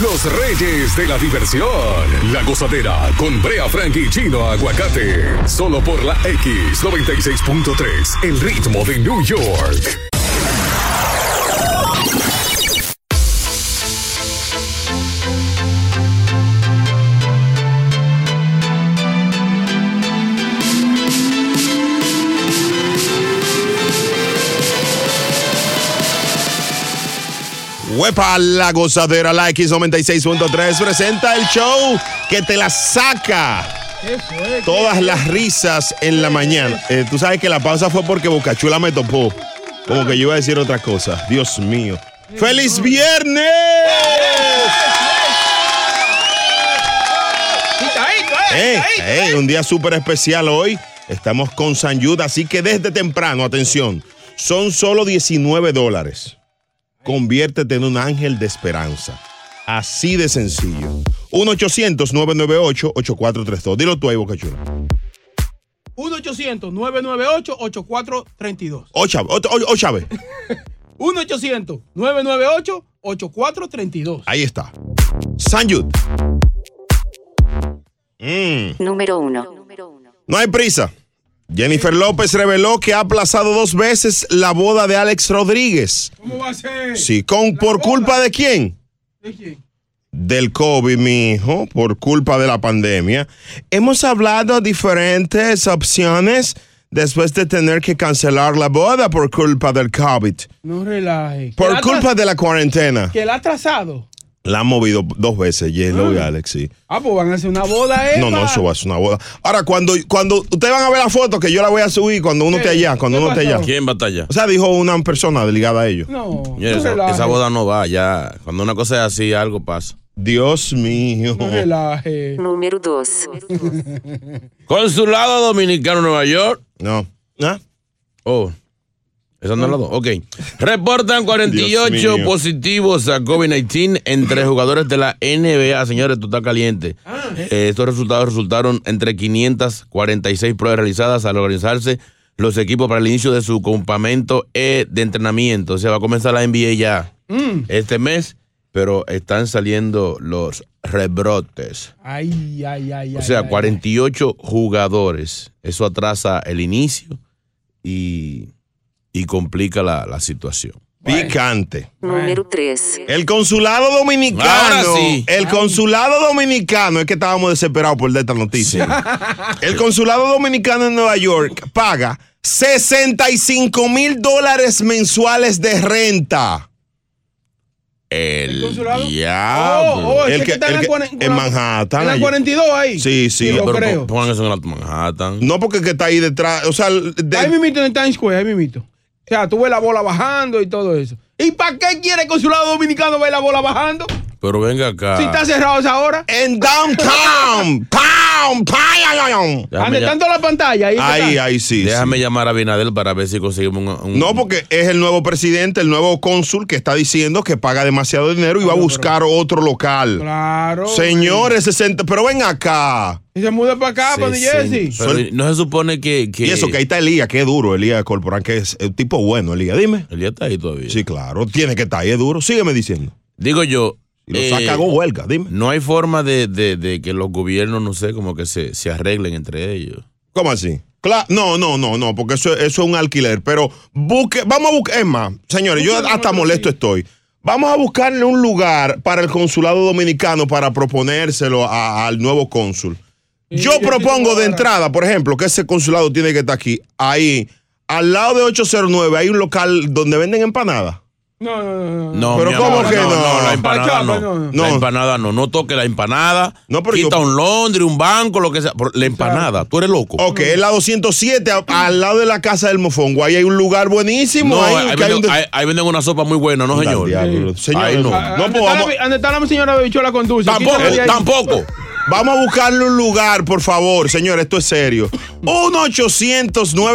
Los reyes de la diversión. La gozadera con Brea Frank y Chino Aguacate. Solo por la X96.3. El ritmo de New York. Huepa, la gozadera, la X96.3 presenta el show que te la saca. Todas las risas en la mañana. Eh, tú sabes que la pausa fue porque Bocachula me topó. Como que yo iba a decir otra cosa. Dios mío. ¡Feliz viernes! Eh, eh, un día súper especial hoy. Estamos con San Jude, así que desde temprano, atención, son solo 19 dólares. Conviértete en un ángel de esperanza. Así de sencillo. 1-800-998-8432. Dilo tú ahí, Bocachula. 1-800-998-8432. O Chávez, o- o- o Chávez. 1-800-998-8432. Ahí está. Sanyud. Número uno. Mm. No hay prisa. Jennifer López reveló que ha aplazado dos veces la boda de Alex Rodríguez. ¿Cómo va a ser? Sí, con, ¿por culpa de quién? ¿De quién? Del COVID, mi hijo, por culpa de la pandemia. Hemos hablado diferentes opciones después de tener que cancelar la boda por culpa del COVID. No relaje. ¿Que Por la culpa atras- de la cuarentena. Que la ha atrasado. La han movido dos veces, J-Lo y Alex, sí. Ah, pues van a hacer una boda, ¿eh? No, no, eso va a ser una boda. Ahora, cuando, cuando ustedes van a ver la foto que yo la voy a subir cuando uno ¿Qué? esté allá, cuando ¿Qué uno esté pasó? allá. ¿Quién batalla? O sea, dijo una persona ligada a ellos. No. Señores, no esa, relaje. esa boda no va, ya. Cuando una cosa es así, algo pasa. Dios mío. No relaje. Número dos. Consulado Dominicano Nueva York. No. ¿Ah? Oh. Esa no es la dos. Ok. Reportan 48 Dios mío. positivos a COVID-19 entre jugadores de la NBA. Señores, esto está caliente. Eh, estos resultados resultaron entre 546 pruebas realizadas al organizarse los equipos para el inicio de su campamento eh, de entrenamiento. O sea, va a comenzar la NBA ya este mes, pero están saliendo los rebrotes. Ay, ay, ay, O ay, sea, ay, 48 jugadores. Eso atrasa el inicio y, y complica la, la situación. Picante. Número tres. El consulado dominicano. Ahora sí. El consulado dominicano. Es que estábamos desesperados por dar esta noticia. El consulado dominicano en Nueva York paga 65 mil dólares mensuales de renta. El, consulado? diablo. Oh, oh, El ese que- está en el la que- cuaren- en Manhattan, En la allí. 42 ahí. Sí, sí, Yo Pero po- creo. pongan eso en la Manhattan. No porque que está ahí detrás. O sea, de- Ahí mimito en el Times Square, ahí mimito. O sea, tú ves la bola bajando y todo eso. ¿Y para qué quiere el consulado dominicano ver la bola bajando? Pero venga acá. Si está cerrado a esa hora. en downtown. Pound, pound. déjame, Ande ya- tanto la pantalla. Ahí, Ahí, está. ahí sí. déjame sí. llamar a Binadel para ver si conseguimos un, un- No, porque es el nuevo presidente, el nuevo cónsul que está diciendo que paga demasiado dinero y va a buscar otro local. Ah, Claro. Señores, 60, pero ven acá. Y se muda para acá, Sí, para sí. Jesse. Pero no se supone que. que Y eso que ahí está Elías, que es duro, Elías Corporán, que es un tipo bueno, Elías. Dime. El día está ahí todavía. Sí, claro, tiene que estar ahí, es duro. Sígueme diciendo. Digo yo. Y lo eh, saca hago huelga, dime. no hay forma de, de- de que los gobiernos, no sé, como que se, se arreglen entre ellos. ¿Cómo así? Cla- no, no, no, no, porque eso, eso es un alquiler. Pero busque, vamos a buscar, es más, señores, yo hasta molesto estoy. Vamos a buscarle un lugar para el consulado dominicano para proponérselo a- al nuevo cónsul. Yo yo propongo tengo de ahora. entrada, por ejemplo, que ese consulado tiene que estar aquí, ahí, al lado de 809, hay un local donde venden empanadas. No, no, no. no. No, Pero mi ¿cómo amor, que no? la empanada no. Pachapa, no. No. La empanada no. No toque la empanada. No, pero Quita yo- un Londres, un banco, lo que sea. Por- La empanada. Tú eres loco. Ok, es la 207, a- al lado de la casa del mofongo. Ahí hay un lugar buenísimo. No, ahí, ahí, que hay un de- venden, ahí- ahí venden una sopa muy buena, ¿no, Anda, señor? diablo. Señores, Ahí no, no. ¿Dónde, pues está la, vamos- dónde está la señora Bichuela con dulce? Tampoco, Quítala de ahí. tampoco. Vamos a buscarle un lugar, por favor. Señor, esto es serio.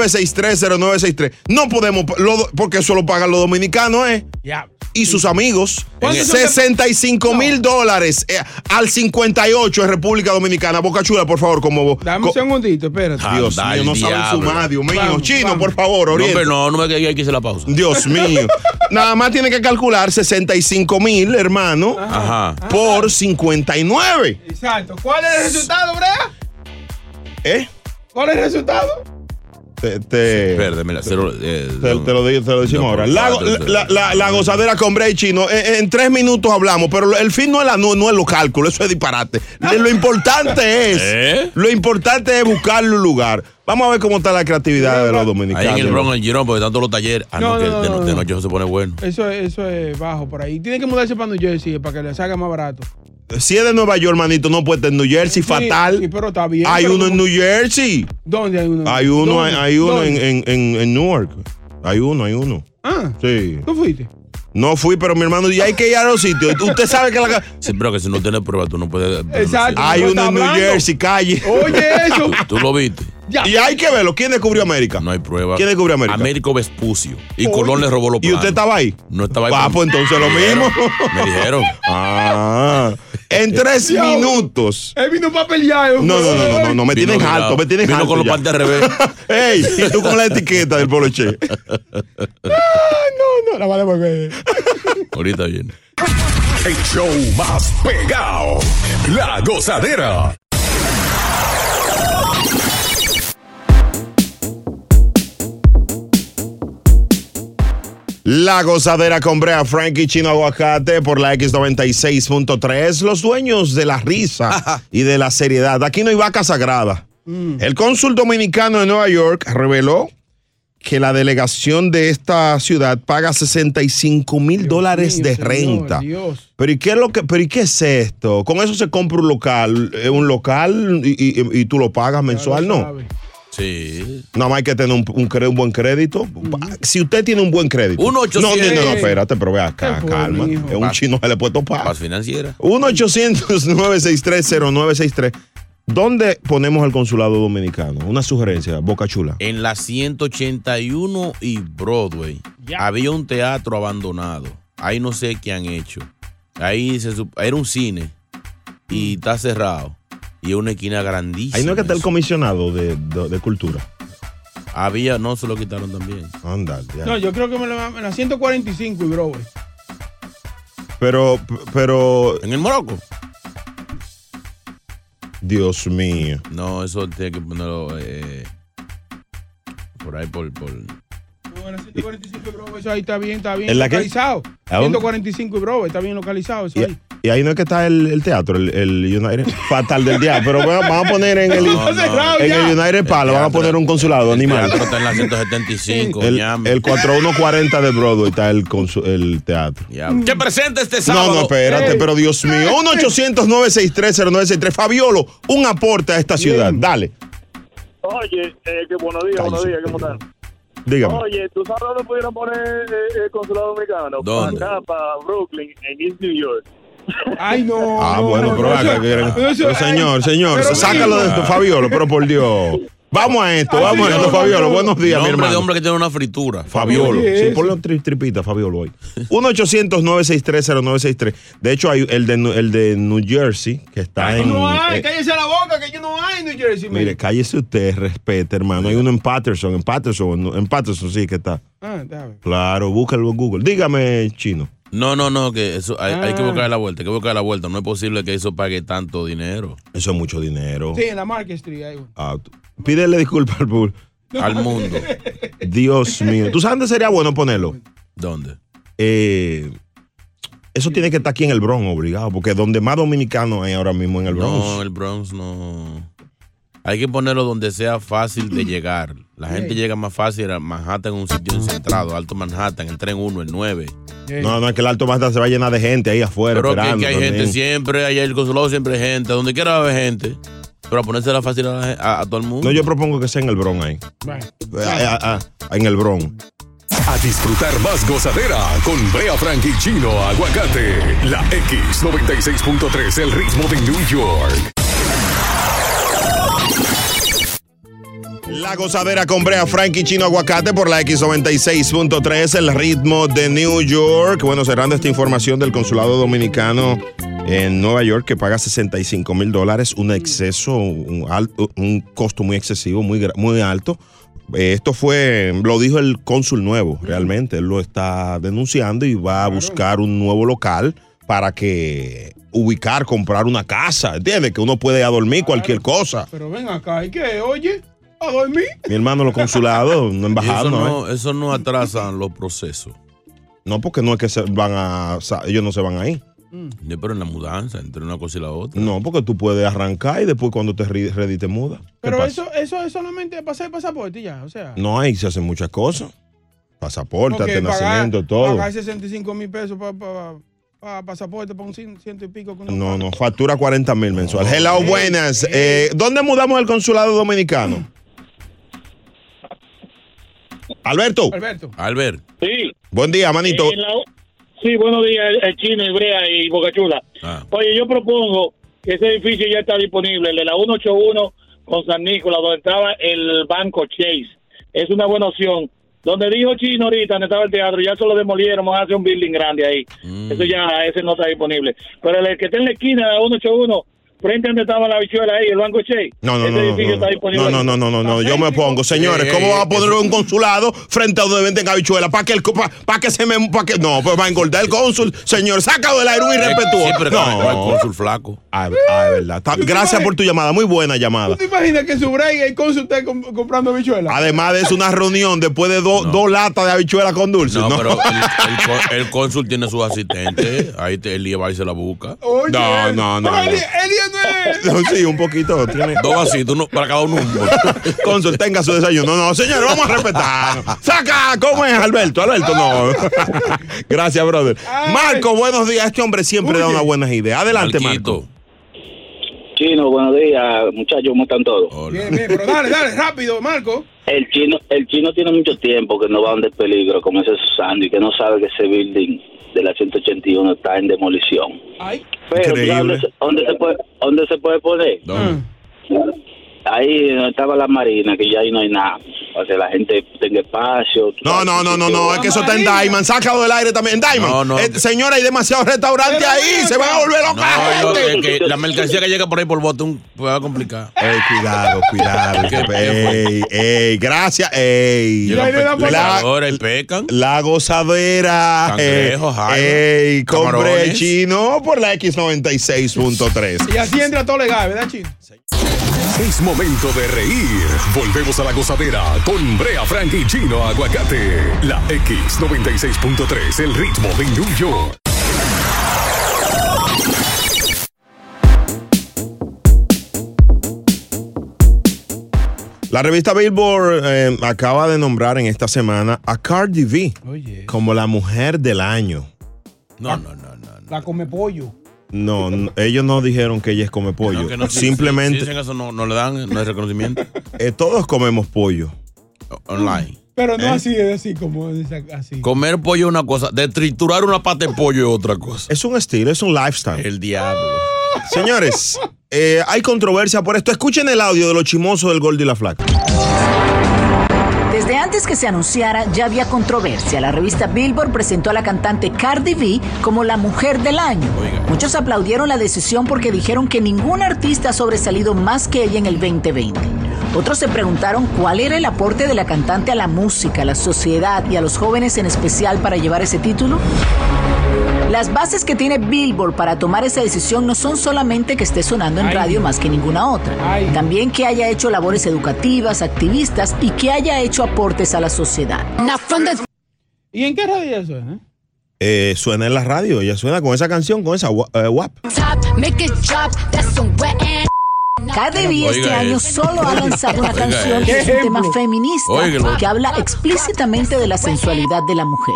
1-800-963-0963. No podemos, pa- lo- porque eso lo pagan los dominicanos, ¿eh? Ya. Y sus amigos. ¿Cuántos son que- 65 mil dólares eh, al 58 en República Dominicana. Boca Chula, por favor, como vos. Dame un segundito, espérate. Dios Anda, mío, el no saben diablo. sumar, Dios mío. Vamos, Chino, vamos. por favor, No, oriente. hombre, no, no me quedé aquí, hice la pausa. Dios mío. Nada más tiene que calcular 65 mil, hermano, Ajá. por 59. Exacto. ¿Cuál es el resultado, Brea? ¿Eh? ¿Cuál es el resultado? Te, te- Espérate, mira, cero, eh, te- te lo, di- te lo decimos No, ahora. por La, go- favor, la- la- la gozadera con Bray Chino. En, en tres minutos hablamos, pero el fin no es, la, no, no es los cálculos, eso es disparate. De- Lo importante es. ¿Eh? Lo importante es buscarle un lugar. Vamos a ver cómo está la creatividad de los Ahí dominicanos. en el Bronx, en el Girón, porque están todos los talleres. Ah, no, No, que no, de, no, de no. noche eso se pone bueno. Eso, es- eso es bajo por ahí. Tiene que mudarse para New Jersey para que le salga más barato. Si es de Nueva York, hermanito, no puede estar en New Jersey, Sí, fatal. sí, pero está bien. Hay pero uno en como- New Jersey. ¿Dónde hay uno? Hay uno, hay, ¿Dónde? hay uno en, ¿Dónde? en, en, en Newark. Hay uno, hay uno. Ah, Sí. ¿tú fuiste? No fui, pero mi hermano, y hay que ir a los sitios. Usted sabe que la. Sí, pero que si no tienes prueba, tú no puedes. Exacto. Hay ¿Cómo uno está en New hablando? Jersey, calle. Oye, eso. Tú lo viste. Ya. Y hay que verlo. ¿Quién descubrió América? No hay prueba. ¿Quién descubrió América? Américo Vespucio. Y Colón le robó los ¿Y usted planos. estaba ahí? No estaba ahí. Ah, pero- pues entonces lo me dijeron, mismo. Me dijeron. Ah. En tres minutos. Él vino para pelear. No, no, no, no, no, no, me Vino tienen mirado. alto, me tienen Vino alto. con los ya. partes al revés. Ey, y tú con la etiqueta del poloche. Ah, No, la va a devolver. Ahorita viene. El show más pegado. La gozadera. La gozadera con Brea Frankie Chino Aguacate por la X96.3. Los dueños de la risa y de la seriedad. Aquí no hay vaca sagrada. El cónsul dominicano de Nueva York reveló que la delegación de esta ciudad paga 65 mil dólares de renta. Dios. Pero ¿y qué es lo que, pero ¿y qué es esto? Con eso se compra un local, eh, un local y, y- y tú lo pagas mensual, no. Sí. Nada más hay que tener un, un cre- un buen crédito. Si usted tiene un buen crédito. Un No, no, 800. no, no, espérate, pero ve acá, Qué pobre, calma. mijo. Es un chino que le puede topar. Paz financiera. 1-800-963-0963. ¿Dónde ponemos el consulado dominicano? Una sugerencia, Boca Chula. En la 181 y Broadway Ya. había un teatro abandonado. Ahí no sé qué han hecho. Ahí se sup- era un cine Mm. y está cerrado. Y es una esquina grandísima. Ahí no es que está el comisionado de, de- de cultura. Había, no, se lo quitaron también. Anda, ya. No, yo creo que me la, me la 145 y bro, güey. Pero, pero, ¿En el Morocco? Dios mío. No, eso tiene que ponerlo eh, por ahí, por, por... No, en la 145 y bro, güey, eso ahí está bien, está bien ¿En la qué? localizado. ¿A dónde? 145 y bro, está bien localizado eso Y, ahí. y ahí no es que está el, el teatro, el, el United. Fatal del diablo. Pero bueno, vamos a poner en el, No, no, cerrado en ya. el United Palo, El van a teatro- poner un consulado el animal. teatro está en la 175, El, ñame. el 4140 de Broadway está el, consu- el teatro. Ya. ¿Qué presenta este sábado? Mm. No, no, espérate, Ey. pero Dios mío. 1-800-963-0963. Fabiolo, un aporte a esta ciudad. Dale, Oye, eh, que buenos días, buenos días, ¿cómo están? dígame. Oye, ¿tú sabes dónde pudieron poner eh, el consulado dominicano? ¿Dónde? Para acá, para Brooklyn, en East New York. Ay, no. Ah, no, bueno, no, pero no, acá, eso- que- no, eso- pero señor, ay, señor, pero sácalo de mira. esto, Fabiolo, pero por Dios. Vamos a esto, Ay, vamos a señor, esto, Fabiolo. no. Buenos días, mi Nombre de hermano. hombre que tiene una fritura. Fabiolo. Oye, Sí, eso. ponle un tri- tripita, Fabiolo, hoy. 1-800-963-0963. De hecho, hay el de, Nu- el de New Jersey, que está Ay, en. no hay, eh, cállese la boca, que yo no hay en New Jersey. man. mire, cállese usted, respete, hermano. Hay uno en Patterson, en Patterson, en Patterson sí que está. Ah, déjame. Claro, búscalo en Google. Dígame, chino. No, no, no, que eso hay, hay que Ah. buscar la vuelta, hay que buscar la vuelta. No es posible que eso pague tanto dinero Eso es mucho dinero. Sí, en la Market Street. Ahí, güey. Ah, tú- pídele disculpas al público. al mundo. Dios mío. ¿Tú sabes dónde sería bueno ponerlo? ¿Dónde? Eh, eso tiene que estar aquí en el Bronx, obligado, porque donde más dominicanos hay ahora mismo en el Bronx. No, el Bronx no. Hay que ponerlo donde sea fácil de llegar. La gente llega más fácil a Manhattan, un sitio encentrado, Alto Manhattan, el tren 1, el 9. Eh, No, no, es que el Alto Manta se va a llenar de gente ahí afuera. Pero que, esperando que hay también. gente siempre, allá en el consulado siempre hay gente, donde quiera va a haber gente. Pero a ponérsela fácil a, la gen- a- a todo el mundo. No, yo propongo que sea en el Bronx ahí. bueno. Ah, ah, ah, en el Bronx. A disfrutar más gozadera con Brea Frank y Chino Aguacate. La X96.3, el ritmo de New York. La gozadera con Brea Frankie Chino Aguacate por la X96.3, el ritmo de New York. Bueno, cerrando esta información del consulado dominicano en Nueva York que paga 65 mil dólares, un exceso, un, alto, un costo muy excesivo, muy, gra- muy alto. Eh, Esto fue, lo dijo el cónsul nuevo, realmente. Él lo está denunciando y va a buscar un nuevo local para que ubicar, comprar una casa, ¿entiendes? Que uno puede ir a dormir cualquier cosa. Pero ven acá, ¿y qué? Oye, a dormir. Mi hermano, los consulados, no Eso embajadas, no, ¿eh? no, eso no atrasa los procesos. No, porque no es que se van a, sa- ellos no se van ahí. Sí, Mm. Pero en la mudanza, entre una cosa y la otra. No, porque tú puedes arrancar y después cuando te ri- ready te muda. Pero eso, eso es solamente pasar el pasaporte y ya, o sea. No, ahí se hacen muchas cosas. Pasaporte, porque de pagar- nacimiento, todo. Pagar 65 mil pesos para pasaporte, para un cien- ciento y pico. con- No, no, factura 40 mil mensual. Hello, buenas. Eh, ¿Dónde mudamos el consulado dominicano? Alberto, Alberto. Albert, Sí. buen día, manito. en la- sí, buenos días, el, el chino, Ibrea y Bocachula. Ah. Oye, yo propongo que ese edificio ya está disponible, el de la 181 con San Nicolás, donde estaba el banco Chase. Es una buena opción. Donde dijo Chino ahorita, donde estaba el teatro, ya se lo demolieron, van a hacer un building grande ahí. Mm. Eso ya, ese no está disponible. Pero el que está en la esquina de la 181, frente a donde estaba la bichuela ahí, el banco Chase, No, no, ese no, no, edificio no, está disponible. no, no, no, no, no, no, yo me opongo, señores, Eh, ¿cómo eh, va a poner un consulado frente a donde venden habichuelas? ¿Para que el, para que se me, para que, no, pues va a engordar el cónsul, señor, sácalo del aire un irrespetuoso. Sí, pero no. el no, cónsul flaco. ah, ah, es verdad. Está- Gracias por tu llamada, muy buena ¿Tú llamada. te imaginas que en su break el cónsul esté comp- comprando bichuelas? Además de eso, una reunión después de do- dos latas de habichuelas con dulce. No, No, pero el, el có- el cónsul tiene sus asistentes. Ahí te, él va y se la busca. Oye, No, no, no, pero no. Eli- Eli no es- sí, un poquito. Tiene... Dos vasitos, uno para cada uno. Cónsul, tenga su desayuno. No, no, señor, vamos a respetar. Saca, ¿cómo es Alberto? Alberto, no. Gracias, brother. Ay. Marco, buenos días. Este hombre siempre da unas buenas ideas. Adelante, Marco. Marquito. Chino, buenos días, muchachos, ¿cómo están todos? Hola. Bien, bien, pero dale, dale, rápido, Marco. El chino, el chino tiene mucho tiempo que no va donde el peligro, como ese Susano, y que no sabe que ese building de la 181 está en demolición. Ay, Pero, ¿tú sabes Increíble. ¿dónde, se, dónde se puede, dónde se puede poner? Ah. ¿Dónde? Ahí donde estaba la marina, que ya ahí no hay nada, para que la gente tenga espacio. tú No, sabes, no, no, no, no. Es que eso está en Amarilla. Diamond. Sácalo del aire también. En Diamond. No, no. Eh, señora, hay demasiados restaurantes Pero ahí. no, Se van a volver locos. la No, no, gente. es que la mercancía que llega por ahí por botón pues, va a complicar. Ey, cuidado, cuidado. Qué ey, ey, gracias. Ey. Llegan ahí le dan por pe- la- pescadores y pecan. La gozadera. eh, Cangrejos, jaiba, ey, compre camarones. chino por la X96.3. y así entra todo legal, ¿verdad, Chino? Es momento de reír. Volvemos a la gozadera con Brea Frank y Chino Aguacate. La X96.3, el ritmo de New York. La revista Billboard eh, acaba de nombrar en esta semana a Cardi B Oye. como la mujer del año. No, no, no, no. no. La come pollo. No, no, ellos no dijeron que ellas come pollo. No, que no, si- Simplemente Si, si dicen eso, no, no le dan, no hay reconocimiento. eh, todos comemos pollo. O- Online. ¿Eh? Pero no así, es así como dice así. Comer pollo es una cosa, de triturar una pata de pollo es otra cosa. Es un estilo, es un lifestyle. El diablo. Señores, eh, hay controversia por esto. Escuchen el audio de los chimosos del Gordo y la Flaca. Desde antes que se anunciara ya había controversia. La revista Billboard presentó a la cantante Cardi B como la mujer del año. Oiga. Muchos aplaudieron la decisión porque dijeron que ningún artista ha sobresalido más que ella en el 2020. Otros se preguntaron cuál era el aporte de la cantante a la música, a la sociedad y a los jóvenes en especial para llevar ese título. Las bases que tiene Billboard para tomar esa decisión no son solamente que esté sonando en Ay. radio más que ninguna otra. Ay. También que haya hecho labores educativas, activistas y que haya hecho aportes a la sociedad. ¿Y en qué radio eso es? eh? Eh, suena en la radio, ella suena con esa canción, con esa wa- eh, WAP. Cardi B este Oiga año eso. solo ha lanzado una Oiga canción eso. que es Qué un tema ejemplo. feminista Óigalo. que habla explícitamente de la sensualidad de la mujer.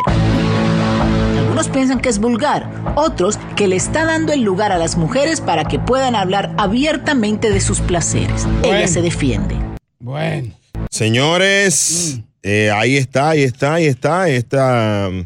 Algunos piensan que es vulgar, otros que le está dando el lugar a las mujeres para que puedan hablar abiertamente de sus placeres. Bueno. Ella se defiende. Bueno. Señores, eh, ahí está, ahí está, ahí está. Esta mm,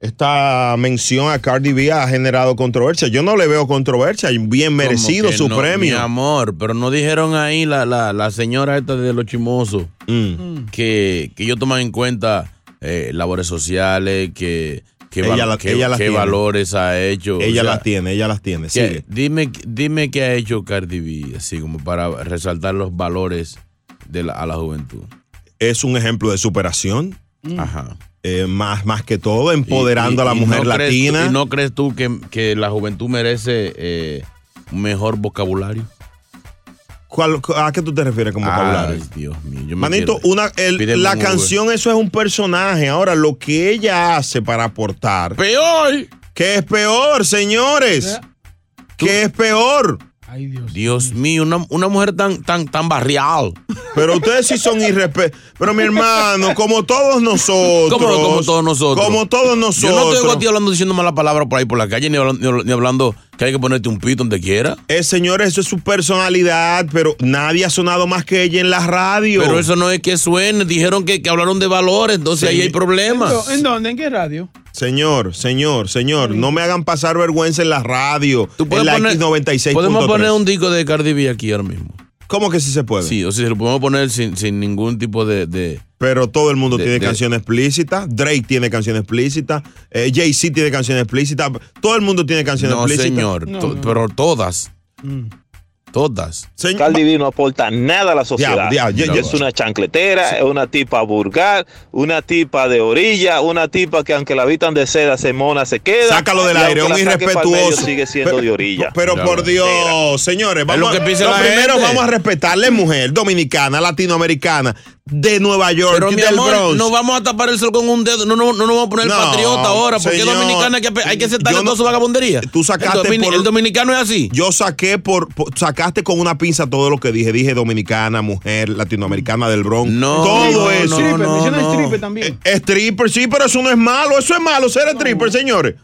esta mención a Cardi B ha generado controversia. Yo no le veo controversia, bien merecido que su no, Mi premio. amor, pero no dijeron ahí la, la, la señora esta de los chimosos Mm. Mm. que, que ellos toman en cuenta eh, labores sociales, que, que, Ella val- la- que- ella las qué tiene. valores ha hecho. Ella la las tiene, ella las tiene. que- Sigue. dime, dime qué ha hecho Cardi B, así como para resaltar los valores de la- a la juventud. Es un ejemplo de superación, Mm. Ajá. eh, más, más que todo, empoderando Y- y- a la y mujer no crees tú- latina. ¿Y no crees tú que, que la juventud merece eh, un mejor vocabulario? ¿Cuál- ¿A qué tú te refieres con vocabulario? Ay, Dios mío. yo me Manito, quiero- una, el- Pídeme la un Uber. canción, eso es un personaje. Ahora, lo que ella hace para aportar, ¡Peor! que es peor, señores. Que es peor. Ay, Dios. Dios mío, una, una mujer tan, tan, tan barrial. Pero ustedes sí son irrespetuosos. Pero mi hermano, como todos nosotros. Como, como todos nosotros. Como todos Yo no nosotros. estoy contigo hablando diciendo malas palabras por ahí por la calle, ni hablando, ni habl- ni hablando que hay que ponerte un pito donde quiera. Eh, señores, eso es su personalidad, pero nadie ha sonado más que ella en la radio. Pero eso no es que suene. Dijeron que, que hablaron de valores, entonces Sí. ahí hay problemas. ¿En dónde? ¿En qué radio? Señor, señor, señor, no me hagan pasar vergüenza en la radio. Tú puedes en la poner- X96. Podemos poner un disco de Cardi B aquí ahora mismo. ¿Cómo que sí se puede? Sí, o sea, se lo podemos poner sin, sin ningún tipo de, de- Pero todo el mundo De- tiene de- canción explícita. Drake tiene canción explícita. eh, Jay-Z tiene canción explícita. Todo el mundo tiene canción No, explícita. señor. No, to- no. Pero todas. Mm. Todas. Señor- Cardi B no aporta nada a la sociedad. Ya, ya, ya, ya. es una chancletera, es una tipa vulgar, una tipa de orilla, una tipa que aunque la vistan de seda, se mona, se queda. Sácalo del y aire, un aunque la saquen pa'l medio, irrespetuoso. Sigue siendo Pero- de orilla. Pero Ya, por ya. Dios, señores, vamos lo que a- piensa la primero gente. vamos a respetarle mujer dominicana, latinoamericana, de Nueva York, Pero mi del amor, Bronx. no vamos a tapar el sol con un dedo. No, no, no nos vamos a poner No, patriota ahora. Porque señor. es dominicana que hay que aceptarle Yo no- toda su vagabundería. Tú sacaste el, domini- por- el dominicano es así. Yo saqué por, por- sacaste con una pinza todo lo que dije. Dije dominicana, mujer, latinoamericana del Bronx. No, todo no, eso. no, stripper, no, menciona no. stripper también. Es stripper, sí, pero eso no es malo. Eso es malo ser stripper, señores.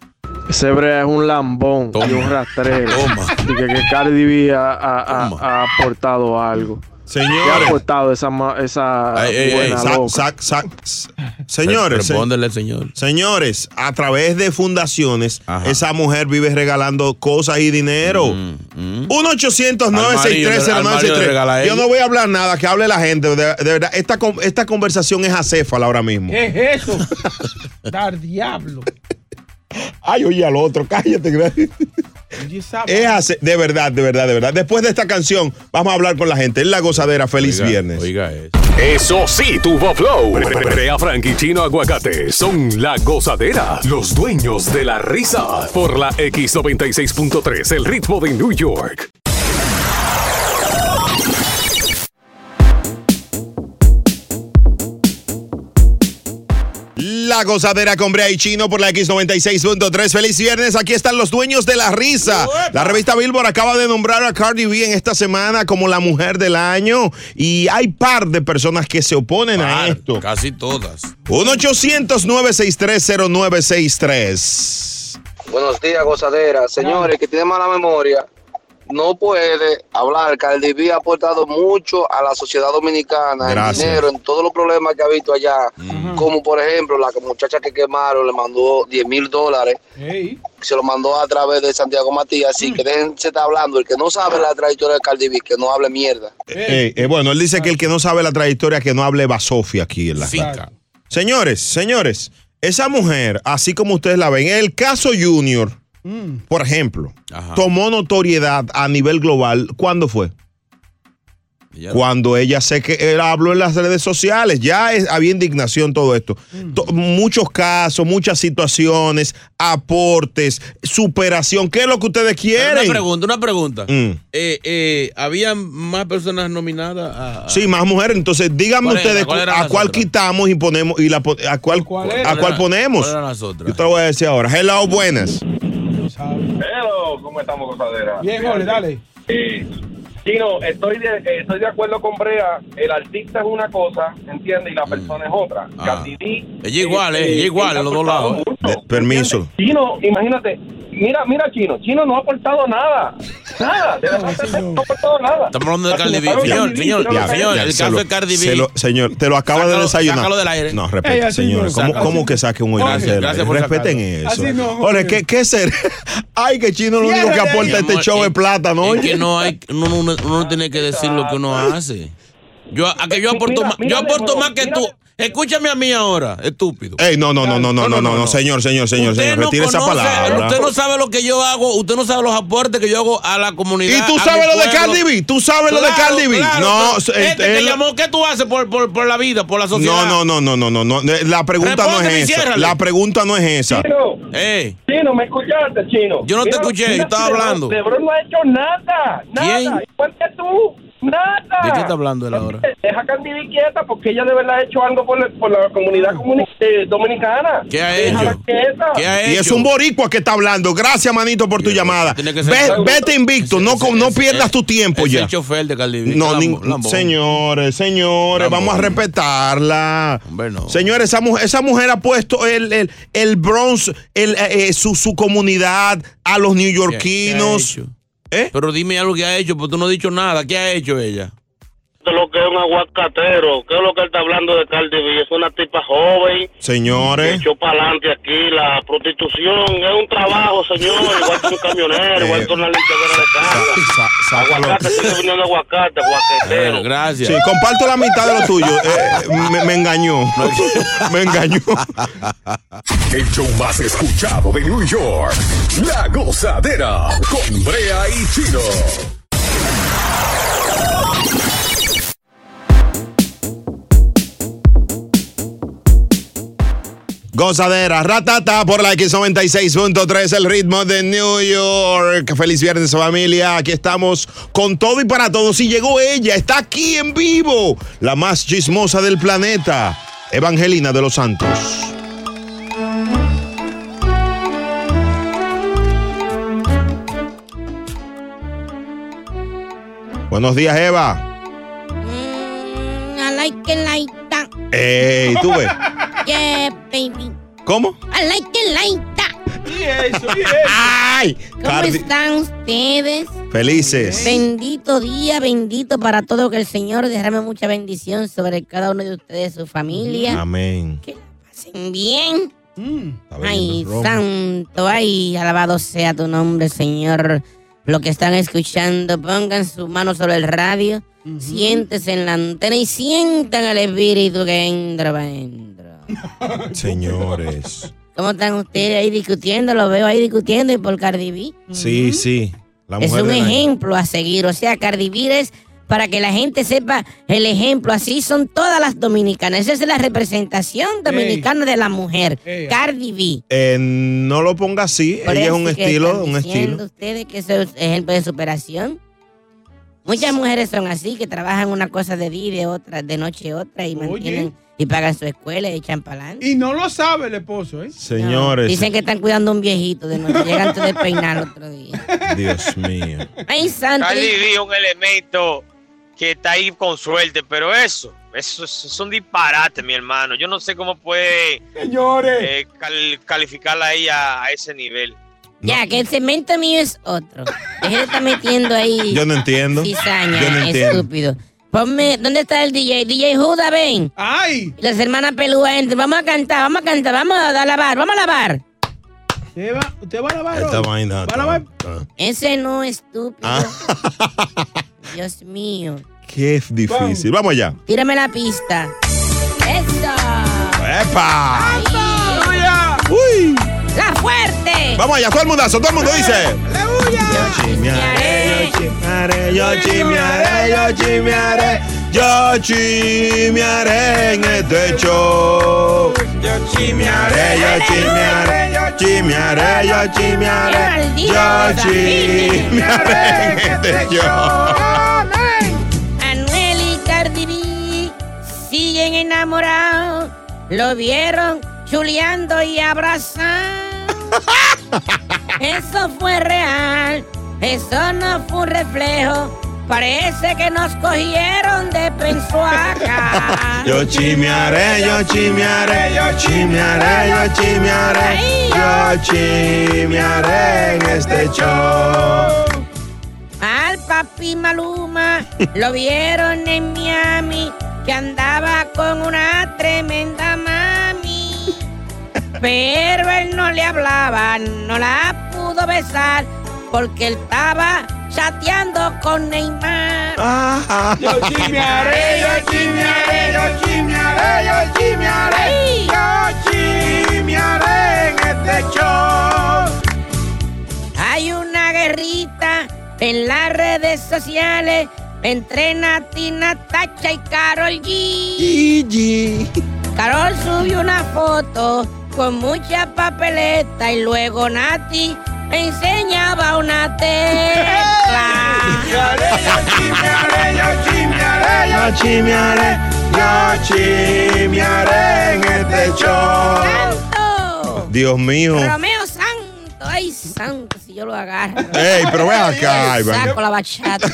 Sebra es un lambón Toma. y un rastrero. Toma. Y que, que Cardi B ha, ha- ha- Toma. ha aportado algo. ¿Qué ha Señores. aportado esa, ma- esa Ay, ey, buena ey, Sa- loca? sa- sa- s- señores, se- Respóndele, señor. señores, a través de fundaciones, Ajá. Mm, esa mujer vive regalando cosas y dinero. 1 800 Al Mario le regala 963 él. Yo no voy a hablar nada, que hable la gente. De, de verdad, esta, con- esta conversación es acéfala ahora mismo. ¿Qué es eso? Dar diablo. Ay, oye al otro, cállate. gracias. Oye, esa- Es ace- de verdad, de verdad, de verdad. Después de esta canción, vamos a hablar con la gente. Es la gozadera. Feliz Oiga, viernes. Oiga eso. Eso sí, tuvo flow. Brea Frank y Chino Aguacate son la gozadera, los dueños de la risa. Por la X96.3, el ritmo de New York. La gozadera con Brea y Chino por la X96.3. Feliz viernes. Aquí están los dueños de la risa. La revista Billboard acaba de nombrar a Cardi B en esta semana como la mujer del año. Y hay par de personas que se oponen a Par, esto. Casi todas. 1-800-963-0963. Buenos días, gozadera. Señores, que tiene mala memoria, no puede hablar. Cardi B ha aportado mucho a la sociedad dominicana, Gracias. en dinero, en todos los problemas que ha visto allá. Como por ejemplo, la muchacha que quemaron le mandó 10 mil dólares, Ey, se lo mandó a través de Santiago Matías. Así que déjense estar hablando. El que no sabe la trayectoria de Cardi B, que no hable mierda. Eh, eh, bueno, él dice que el que no sabe la trayectoria, que no hable basofia aquí en la Fica. Señores, señores, esa mujer, así como ustedes la ven, en el caso Junior, por ejemplo, Ajá. tomó notoriedad a nivel global. ¿Cuándo fue? Ya- Cuando ella sé que él habló en las redes sociales, ya es- había indignación todo esto. To- muchos casos, muchas situaciones, aportes, superación. ¿Qué es lo que ustedes Pero Una quieren? pregunta, una pregunta. Mm. Eh, eh, ¿Había más personas nominadas a, a- Sí, más mujeres. Entonces, díganme ¿Cuál era? ustedes ¿Cuál eran a las cuál otras? quitamos y ponemos y la pon- a cuál, ¿Cuál a era? cuál ponemos. ¿Cuáles eran las otras? Yo te lo voy a decir ahora. Hello, buenas. no sabe. Hello, ¿cómo estamos, gozadera? Bien, ole, dale. Sí, no, estoy de, eh, estoy de acuerdo con Brea. El artista es una cosa, ¿entiendes? Y Mm. la persona es otra. Ah. Cardi B, Ella igual, eh, ella igual, ha los dos aportado lados. mucho, De- permiso. ¿entiendes? Chino, imagínate. Mira, mira, Chino. Chino no ha aportado nada. Nada, de verdad, no aportó nada. Estamos hablando de Cardi B. Señor, señor, señor, el se caso lo- de Cardi se B. lo- señor, te lo acabas de Sácalo- desayunar. sácalo del aire. No, Ey, respeten, así no. señores. ¿Cómo, Sácalo. cómo que saque un oído? Gracias, gracias por Respeten sacarlo. eso. Así no, Oye, ¿qué, qué ser? Ay, que chino lo único que Cierra, aporta mi a este amor, show es- es plata, ¿no? Es que no hay, uno, uno- uno no tiene que decir lo que uno hace. Yo, a que yo aporto, Mira, más, mira yo de aporto nuevo, más que tú. Escúchame a mí ahora, estúpido. Ey, no, no, no, no, no, no, no, no, señor, señor, señor, Usted señor. no Retire esa conoce, palabra. Usted no sabe lo que yo hago, usted no sabe los aportes que yo hago a la comunidad. ¿Y tú a sabes mi lo de pueblo. Cardi B? ¿Tú sabes lo de Claro, Cardi B? claro, No, pero se- este que él- llamó, ¿qué tú haces por, por, por la vida, por la sociedad? No, no, no, no, no, no, no. eh, La pregunta no Respóndeme y es esa. ciérrale. La pregunta no es esa. Chino, Chino, ¿me escuchaste, Chino? Yo no te escuché, yo estaba LeBron- hablando. LeBron no ha hecho nada, nada. Igual que tú, nada. ¿De qué está hablando él ahora? Deja a Candy B quieta porque ella de verdad ha hecho algo por la, por la comunidad comuni- eh, dominicana. ¿Qué ha hecho? Quieta. Y es un boricua que está hablando. Gracias, manito, por tu llamada. Ve- vete invicto, no, co- no pierdas tu tiempo Es ya. el Eh, chofer de Cardi B. No, Lambo- nin- Lambo. señores, señores, Lambón. vamos a respetarla. Señores, esa mujer, esa mujer ha puesto el, el, el Bronx, el, eh, eh, su, su comunidad, a los neoyorquinos. Pero dime algo que ha hecho, porque tú no has dicho nada. ¿Qué ha hecho ella? lo que es un aguacatero, ¿qué es lo que él está hablando de Cardi B? Es una tipa joven, que Señores, echó para adelante aquí la prostitución, es un trabajo, señor, igual que un camionero, igual que una limpiadora de casa. Aguacate, sigue viniendo aguacate, aguacatero. gracias. sí, comparto la mitad de lo tuyo. Eh, me, me engañó. me engañó. El show más escuchado de New York. La gozadera con Brea y Chino. Gozadera, ratata por la X96.3, el ritmo de New York. Feliz viernes, familia. Aquí estamos con todo y para todos. Y llegó ella, está aquí en vivo, la más chismosa del planeta, Evangelina de los Santos. Buenos días, Eva. I like it like that. Ey, Eh, tú ves. Yeah, baby. ¿Cómo? I like it like that. ¡Ay! ¿Cómo Cardi- están ustedes? Felices. Bendito día, bendito para todo. Que el Señor derrame mucha bendición sobre cada uno de ustedes, su familia. Amén. Pasen bien. Mm. Ay, bebiendo romo. santo, ay, alabado sea tu nombre, Señor. Lo que están escuchando, pongan sus manos sobre el radio, siéntese en la antena y sientan al espíritu que entra para Señores. ¿Cómo están ustedes ahí discutiendo? Los veo ahí discutiendo y por Cardi B. Sí, sí. La es mujer un del año. ejemplo a seguir. O sea, Cardi B es para que la gente sepa el ejemplo. Así son todas las dominicanas. Esa es la representación dominicana de la mujer. Cardi B. Eh, no lo ponga así. Por Ella es eso un que estilo, están un diciendo estilo. ustedes que eso es ejemplo de superación. Muchas mujeres son así, que trabajan una cosa de día y de otra, de noche otra, y mantienen y pagan su escuela y echan para Y no lo sabe el esposo, ¿eh? Señores. Dicen que están cuidando a un viejito de noche, llegan antes de peinar otro día. Dios mío. Ay, santo. Cardi B es un elemento que está ahí con suerte, pero eso, eso es es un disparate, mi hermano. Yo no sé cómo puede eh, cal- calificarla a ella a ese nivel. Ya, que el cemento mío es otro. Deje de estar metiendo ahí. Yo no entiendo. Cizaña, Yo no entiendo. estúpido. Ponme, ¿dónde está el DJ? DJ Judas, ven. ¡Ay! Las hermanas pelúas entran. Vamos a cantar, vamos a cantar, vamos a lavar, vamos a lavar. ¿Usted va, usted va a lavar? Esta hoy? vaina. ¿Va a lavar? Ese no es estúpido. Ah, Dios mío. qué difícil. Vamos allá. Tírame la pista. ¡Eso! ¡Epa! ¡Uy! ¡La fuerte! Vamos allá, todo el mundazo, todo el mundo dice. Yo chismearé, yo chismearé, yo chismearé, yo chismearé, yo chismearé en este show. Yo chismearé, yo chismearé, yo chismearé, yo chismearé, yo chismearé en este show. Anuel y Cardi B siguen enamorados. Lo vieron chuleando y abrazando. Eso fue real. Eso no fue un reflejo. Parece que nos cogieron de pensuaca. Yo chismearé, yo chismearé, yo chismearé, yo chismearé, este yo chismearé en este show. papi Maluma lo vieron en Miami que andaba con una tremenda mami. Pero él no le hablaba, no la pudo besar porque él estaba chateando con Neymar. Yo chimearé, yo chimearé, yo chimearé, yo chimearé. Yo chimearé en este show. Hay una guerrita en las redes sociales entre Natina Tacha y Carol G. Carol subió una foto con mucha papeleta y luego Nati me enseñaba una tecla. Yo chimearé, yo chimearé en este show. Dios mío. Romeo Santo, ay santo, si yo lo agarro. Ey, pero ve acá, Le Iván. Saco la bachata.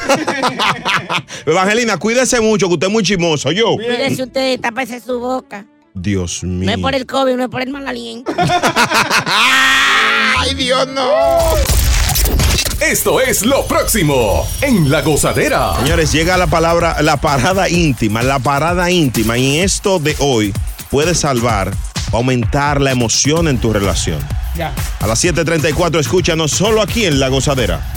Evangelina, cuídese mucho, que usted es muy chimoso. Yo. Cuídese usted, tápese su boca. Dios mío. No es por el COVID, no es por el mal aliento. ¡Ay, Dios, no! Esto es lo próximo en La Gozadera. Señores, llega la palabra, la parada íntima, la parada íntima. Y esto de hoy puede salvar, aumentar la emoción en tu relación. Ya. A las 7:34, escúchanos solo aquí en La Gozadera.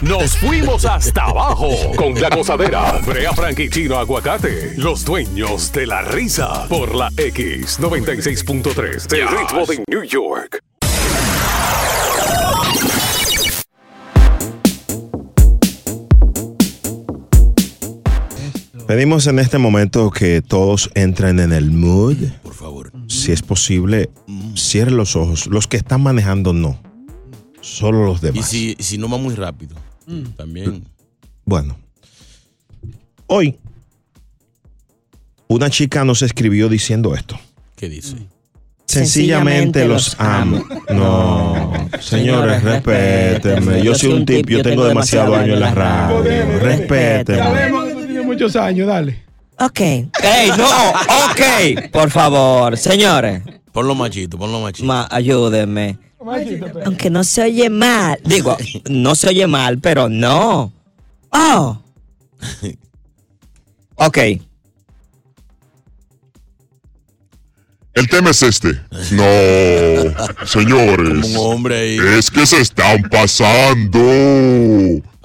Nos fuimos hasta abajo con la gozadera. Brea Frank y Chino Aguacate, los dueños de la risa por la X96.3 del ritmo de New York. Pedimos en este momento que todos entren en el mood. Por favor. Si es posible, cierren los ojos. Los que están manejando, no. Solo los demás. Y si, si no va muy rápido, también. Bueno, hoy una chica nos escribió diciendo esto. ¿Qué dice? Sencillamente Sencillamente los amo. No, señores, respétenme. Yo soy un tipo, yo tengo demasiado años en la radio. Respétenme. Sabemos que tú tienes muchos años, dale. Ok. ¡Ey, no! ¡Ok! Por favor, señores. Ponlo machito, ponlo machito. ayúdenme. Aunque no se oye mal. Digo, no se oye mal, pero no. ¡Oh! Ok. El tema es este. No, señores. Es que se están pasando.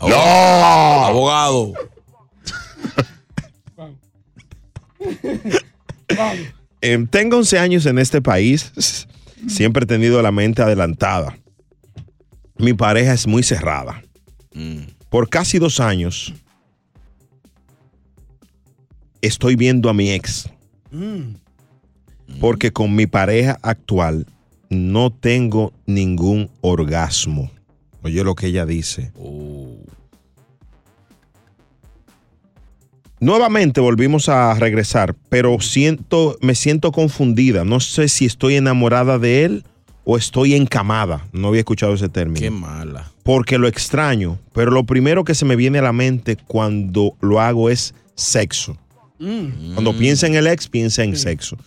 Ya. Abogado. Eh, tengo 11 años en este país. Siempre he tenido la mente adelantada. Mi pareja es muy cerrada. Por casi dos años estoy viendo a mi ex. Porque con mi pareja actual no tengo ningún orgasmo. Oye lo que ella dice. Nuevamente volvimos a regresar, pero siento, me siento confundida. No sé si estoy enamorada de él o estoy encamada. No había escuchado ese término. Qué mala. Porque lo extraño, pero lo primero que se me viene a la mente cuando lo hago es sexo. Mm. Cuando piensa en el ex, piensa en sexo.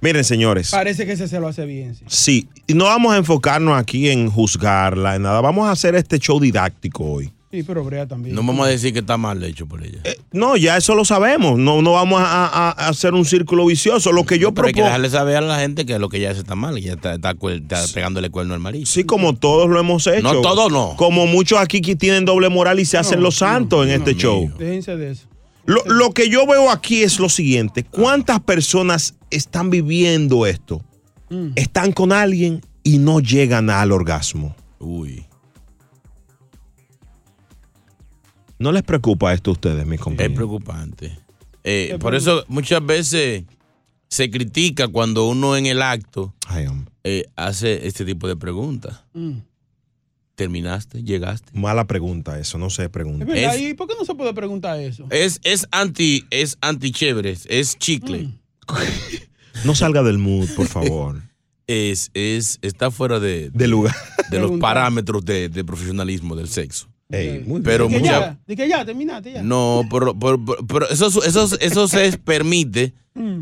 Miren, Pues- señores. Parece que ese se lo hace bien. sí. Sí, y no vamos a enfocarnos aquí en juzgarla, en nada. Vamos a hacer este show didáctico hoy. Sí, pero Brea también. No vamos a decir que está mal hecho por ella. No, ya eso lo sabemos. No, no vamos a, a- a hacer un círculo vicioso. Lo que yo Pero hay que propongo. dejarle saber a la gente que lo que ella hace está mal, que ya está, está cuer- está pegándole cuerno al marido. Sí, como todos lo hemos hecho. No, todos no. Como muchos aquí que tienen doble moral y se hacen los santos en este show. Déjense de eso. Lo, lo que yo veo aquí es lo siguiente. ¿Cuántas personas están viviendo esto? Están con alguien y no llegan al orgasmo. Uy. ¿No les preocupa esto a ustedes, mis compañeros? Es preocupante. Eh, por eso muchas veces se critica cuando uno en el acto eh, hace este tipo de preguntas. ¿Terminaste? ¿Llegaste? Mala pregunta eso, no sé pregunta. Es verdad, Es- ¿y por qué no se puede preguntar eso? Es, es anti, es anti chévere, es chicle. Mm. No salga del mood, por favor. Es, es, está fuera de, de lugar. De los parámetros de, de profesionalismo del sexo. pero De que muchas, ya, de que ya, terminaste ya. No, pero, pero- pero- pero eso, eso, eso se permite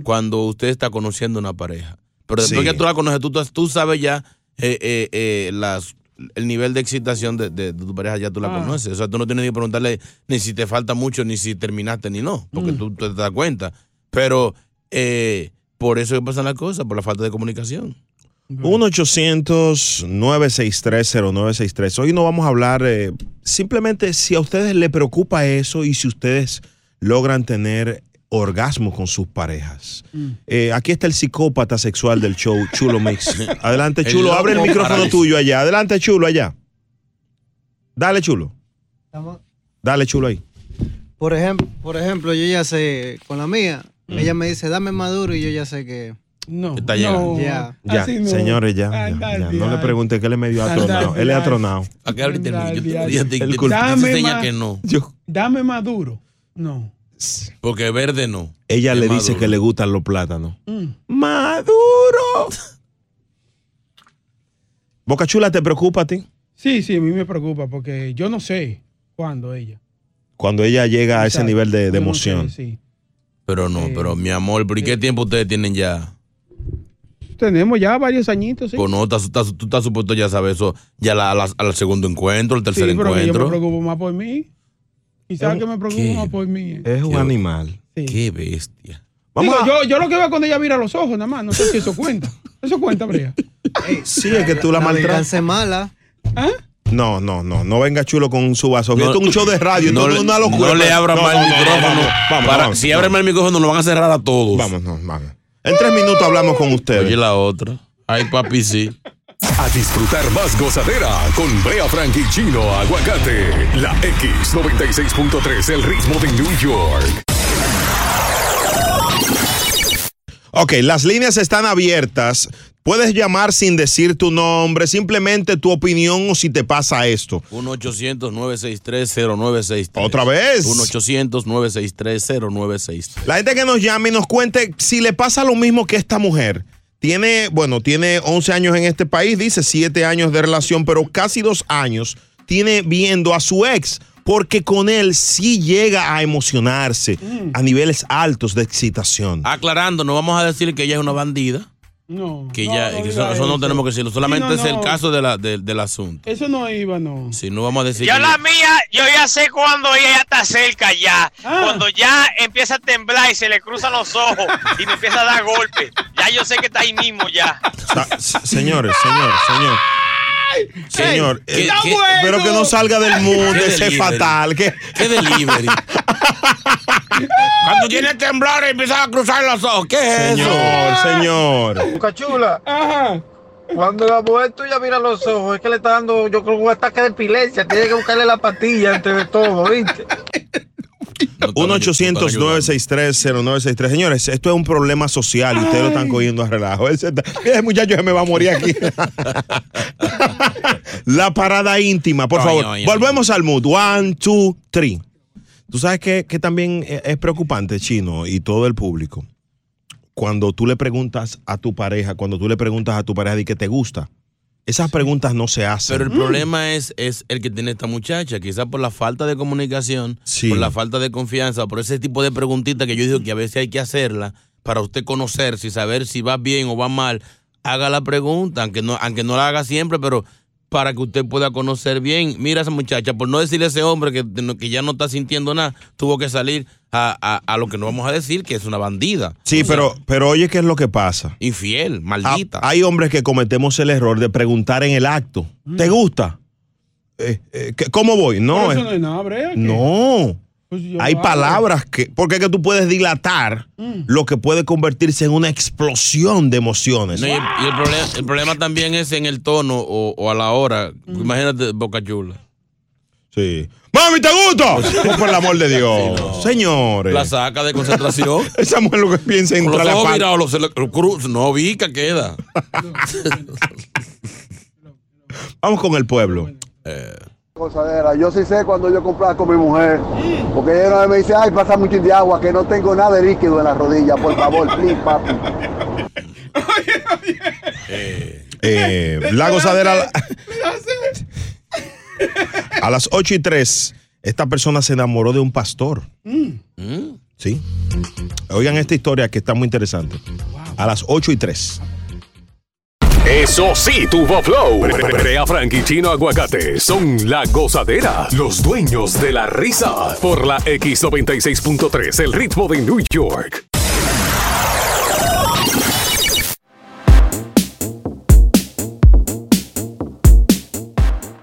cuando usted está conociendo una pareja. Pero después Sí. que tú la conoces, tú, tú sabes ya eh, eh, eh, las el nivel de excitación de, de- de tu pareja ya tú la Ah. conoces. O sea, tú no tienes que preguntarle ni si te falta mucho, ni si terminaste, ni no, porque tú, tú te das cuenta. Pero eh, por eso que pasan las cosas, por la falta de comunicación. 1-800-963-0963. Hoy no vamos a hablar eh, simplemente si a ustedes les preocupa eso y si ustedes logran tener orgasmo con sus parejas. Eh, aquí está el psicópata sexual del show, Chulo Mix. Adelante, El Chulo, loco abre el micrófono paradiso. tuyo allá. Adelante, Chulo, allá. Dale, Chulo. Dale, Chulo, ahí. Por ejemplo, por ejemplo, yo ya sé, con la mía, ella me dice, dame maduro y yo ya sé que... No, Mm. Está llegando. Ya. Ya, señores, ya. ya, ya. No le pregunte qué le medio Andar, atronado. Él es andar. atronado. Acá ahorita el- yo te- Andar, yo te- El yo te- culpable. te Dame enseña más. que no. Dame maduro. No. Porque verde no. Ella Es le maduro. dice que le gustan los plátanos. Maduro. Boca Chula, ¿te preocupa a ti? Sí, sí, a mí me preocupa porque yo no sé cuándo ella. Cuando ella llega a ese nivel de, de emoción. Pero no, pero mi amor, ¿por qué tiempo ustedes tienen ya? Tenemos ya varios añitos, sí. Pues no, estás- estás- tú estás supuesto ya sabes eso, ya la- a la- al segundo encuentro, al tercer sí, pero que yo me encuentro. preocupo más por mí. Quizás que me preocupo más por mí. eh. Es un animal. Qué bestia. Digo, yo, yo lo que veo es cuando ella mira los ojos, nada más. No sé si eso cuenta. Eso cuenta, Brea. Sí, es que tú la, La maltratas. venganza Es mala. No, no, no. No venga chulo con su vaso. Esto es un show de radio. No, esto le- es una no locura. le abran No, más no, el no, micrófono. no, no, vamos, Para- vamos, si no. abren más el micrófono, lo van a cerrar a todos. Vamos, no, vamos. En tres minutos hablamos con ustedes. Oye, la otra. Ay, papi, sí. A disfrutar más gozadera con Brea Frank y Chino Aguacate. La X96.3, el ritmo de New York. Ok, las líneas están abiertas. Puedes llamar sin decir tu nombre, simplemente tu opinión o si te pasa esto. 1-800-963-0963. Otra vez. 1-800-963-0963. La gente que nos llame y nos cuente si le pasa lo mismo que esta mujer. Tiene, bueno, tiene 11 años en este país, dice 7 años de relación, pero casi 2 años tiene viendo a su ex, porque con él sí llega a emocionarse a niveles altos de excitación. Aclarando, no vamos a decir que ella es una bandida. No. Que ella, que eso, eso no tenemos que decirlo. Solamente Sí, no, es el no. caso de la, de- del asunto. Eso no iba, no. Si no vamos a decir. Yo que- la mía, yo ya sé cuando ella ya está cerca ya. Cuando ya empieza a temblar y se le cruzan los ojos y me empieza a dar golpes. Ya yo sé que está ahí mismo ya. Sa- s- señores, señor, señor. Señor, qué- eh, qué- pero que no salga del mundo, Qué ese es delivery. fatal. Que, ¿Qué delivery? Cuando tiene temblor y empieza a cruzar los ojos. ¿Qué es Señor, señor. Cachula. Cuando la mujer tuya mira los ojos, es que le está dando, yo creo, un ataque de epilepsia. Tiene que buscarle la pastilla antes de todo, ¿viste? 1-800-963-0963. Señores, esto es un problema social y ustedes lo están cogiendo a relajo. Ese está- Mira, ese muchacho se me va a morir aquí. La parada íntima, por Ay, favor. ay, ay. Volvemos al mood. One, two, three. Tú sabes que, que también e, es es preocupante, Chino, y todo el público. Cuando tú le preguntas a tu pareja, cuando tú le preguntas a tu pareja de que te gusta, esas preguntas no se hacen. Pero el problema es, es el que tiene esta muchacha, quizás por la falta de comunicación, por la falta de confianza, por ese tipo de preguntitas que yo digo que a veces hay que hacerla para usted conocerse y saber si va bien o va mal. Haga la pregunta, aunque no, aunque no la haga siempre, pero para que usted pueda conocer bien. Mira a esa muchacha, por no decirle a ese hombre que, que ya no está sintiendo nada, tuvo que salir a, a- a lo que no vamos a decir, que es una bandida. Sí, pero, pero oye, ¿qué es lo que pasa? Infiel, Ah, maldita. Hay hombres que cometemos el error de preguntar en el acto, ¿te gusta? Eh, eh, ¿qué- ¿Cómo voy? No, Pero eso eh, no es nada, Brea. que- no. Pues yo Hay hago. palabras que, porque es que tú puedes dilatar Mm. lo que puede convertirse en una explosión de emociones. No, y el, y el problema, el problema también es en el tono o, o a la hora. Imagínate, Boca Chula. Sí. ¡Mami, te gusta! Oh, por el amor de Dios. Señores. La saca de concentración. Esa mujer lo que piensa en Con los entrar a la ojos pan- mirados, los, los cruz, no vi que queda. Vamos con el pueblo. Gozadera, yo sí sé cuando yo compraba con mi mujer, porque ella una vez me dice, ay, pasa mucho de agua, que no tengo nada de líquido en la rodilla, por favor, please, papi. Eh, la gozadera. A las 8 y 3, esta persona se enamoró de un pastor. Mm. ¿Sí? Oigan esta historia que está muy interesante. A las 8 y 3. Eso sí, tuvo flow. Brea Frank y Chino Aguacate son la gozadera, los dueños de la risa. Por la X96.3, el ritmo de New York.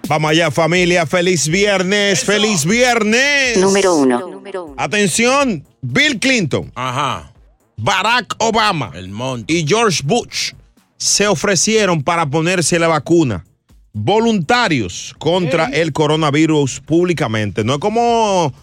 Vamos allá, familia. Feliz viernes. Feliz viernes. Número uno. Atención, Bill Clinton. Barack Obama. Y George Bush se ofrecieron para ponerse la vacuna. Voluntarios contra el coronavirus públicamente. No es como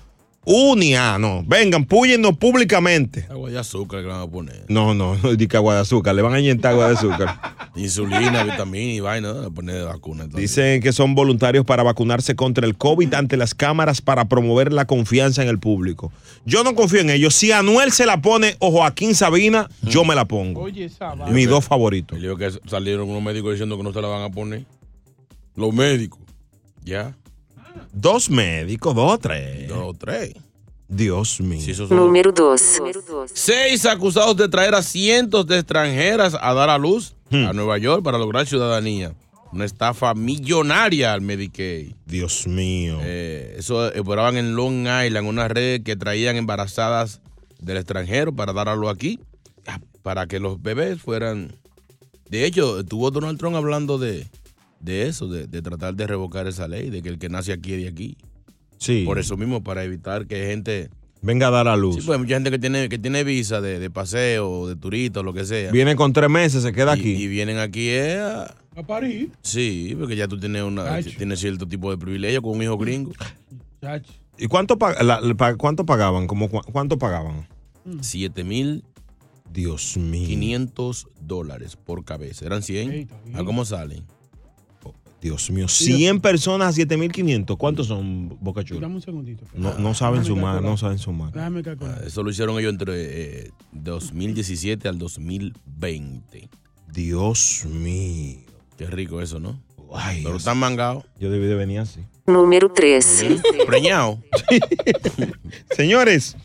unia, no. Vengan, púyennos públicamente. Agua de azúcar que le van a poner. No, no, no dice agua de azúcar. Le van a inyectar agua de azúcar. Insulina, vitamina y vaina, le poner de vacuna. Dicen que son voluntarios para vacunarse contra el COVID ante las cámaras para promover la confianza en el público. Yo no confío en ellos. Si Anuel se la pone o Joaquín Sabina, yo me la pongo. Oye, esa va. Mis dos favoritos. Y digo que salieron unos médicos diciendo que no se la van a poner. Los médicos. Ya. Dos médicos, dos o tres. Dos o tres. Dios mío. Número dos. Seis acusados de traer a cientos de extranjeras a dar a luz Hmm. a Nueva York para lograr ciudadanía. Una estafa millonaria al Medicaid. Eh, Dios mío. eso operaban en Long Island, una red que traían embarazadas del extranjero para dar a luz aquí, ah, para que los bebés fueran... De hecho, estuvo Donald Trump hablando de, de eso, de, de tratar de revocar esa ley, de que el que nace aquí es de aquí. Sí. Por eso mismo, para evitar que gente... Venga a dar a luz. Sí, pues hay mucha gente que tiene, que tiene visa de, de paseo, de turista, o lo que sea. Viene con tres meses, se queda aquí. Y, y vienen aquí eh, a- A París. Sí, porque ya tú tienes una Cacho. tienes cierto tipo de privilegio con un hijo gringo. Chacho. ¿Y cuánto, pa- la- la- pa- cuánto pagaban? ¿Cómo cua- ¿Cuánto pagaban? Siete mil. Dios mío. 500 dólares por cabeza. Eran 100. ¿A cómo salen? Oh, Dios mío. 100 personas a 7.500. ¿Cuántos son, Boca Chula? Dame un segundito. No, no saben Déjame sumar, calcular. no saben sumar. Déjame calcular. Eso lo hicieron ellos entre eh, 2017 al 2020. Dios mío. Qué rico eso, ¿no? Pero están mangados. Yo debí de venir así. Número tres. Preñado. Señores,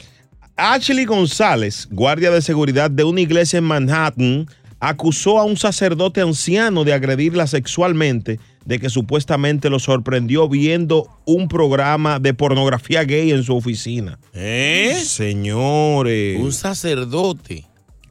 Ashley González, guardia de seguridad de una iglesia en Manhattan, acusó a un sacerdote anciano de agredirla sexualmente, de que supuestamente lo sorprendió viendo un programa de pornografía gay en su oficina. ¿Eh? Señores. Un sacerdote.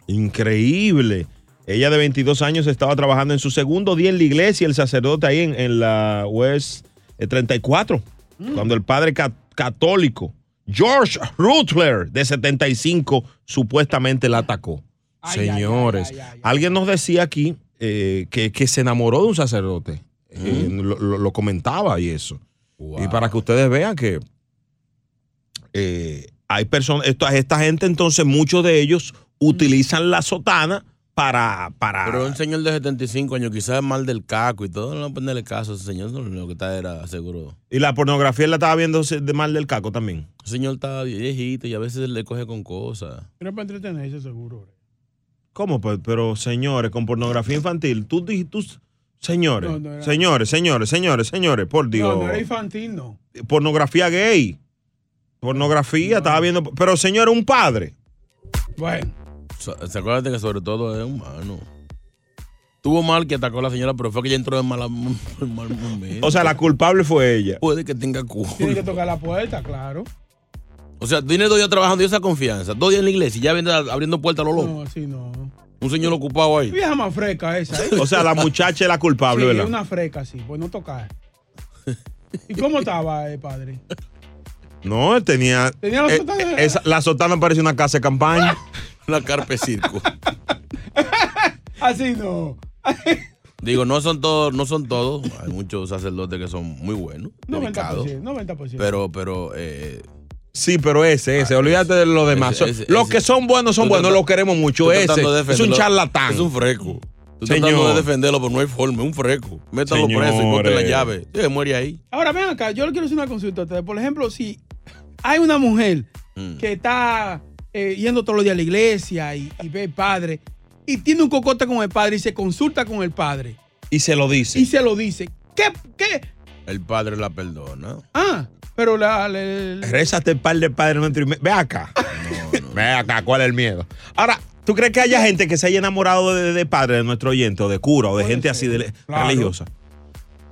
Increíble. Ella de 22 años estaba trabajando en su segundo día en la iglesia, el sacerdote ahí en, en la West eh, 34, Mm. cuando el padre ca- católico George Rutler, de 75, supuestamente la atacó. Señores, alguien nos decía aquí eh, que, que se enamoró de un sacerdote. Eh, lo, lo- lo comentaba y eso. Y para que ustedes vean que eh, hay personas, esta, esta gente entonces muchos de ellos utilizan la sotana para... para Pero un señor de 75 años, quizás mal del caco y todo, no ponerle caso a ese señor, no, lo que está era seguro. y la pornografía la estaba viendo de mal del caco también. El señor está viejito y a veces le coge con cosas. Era para entretenerse, seguro. ¿Cómo? Pero, pero, señores, con pornografía infantil, tú dijiste... tú- Señores, No, no era- señores, señores, señores, señores, por Dios. No, no era infantil, no. Pornografía gay. Pornografía, estaba viendo... Pero, señor, un padre. Bueno. Se acuérdate que sobre todo es humano. Tuvo mal que atacó a la señora, pero fue que ella entró en mala- en mal momento. O sea, la culpable fue ella. Puede que tenga culo. Tiene que tocar la puerta, claro. O sea, tiene dos días trabajando y esa confianza. Dos días en la iglesia y ya viene abriendo puertas a los locos. No, así no. Un señor ocupado ahí. Vieja más fresca esa. ¿eh? O sea, la muchacha es la culpable, Sí, ¿verdad? una fresca, sí, pues no tocar. ¿Y cómo estaba, eh, padre? No, él tenía. Tenía la eh, sotana. eh, esa- la sotana parece una casa de campaña. Una carpe circo. Así no. Digo, no son todos, no son todos. Hay muchos sacerdotes que son muy buenos, dedicados. 90%. 90%. Pero, pero, eh, Sí, pero ese, ese. Olvídate de los demás. Ese, ese, los ese. que son buenos son Tú buenos, trata- los queremos mucho. tú Ese tratando de es un defenderlo. charlatán. Es un fresco. tú estás Señor. tratando de defenderlo, pero no hay forma, es un fresco. Métalo preso y ponte la Señores. llave. Sí, muere ahí. Ahora, ven acá, yo le quiero hacer una consulta a ustedes. Por ejemplo, si hay una mujer que está eh, yendo todos los días a la iglesia y, y ve el padre y tiene un cocote con el padre y se consulta con el padre Y se lo dice. y se lo dice, ¿qué? qué? El padre la perdona. Ah, pero la, le- le- Rézate el par de padre nuestro y me- Ve acá. Ve acá, ¿cuál es el miedo? Ahora, ¿Tú crees que haya gente que se haya enamorado de, de padre de nuestro oyente o de cura o de gente así de, le- Claro. religiosa?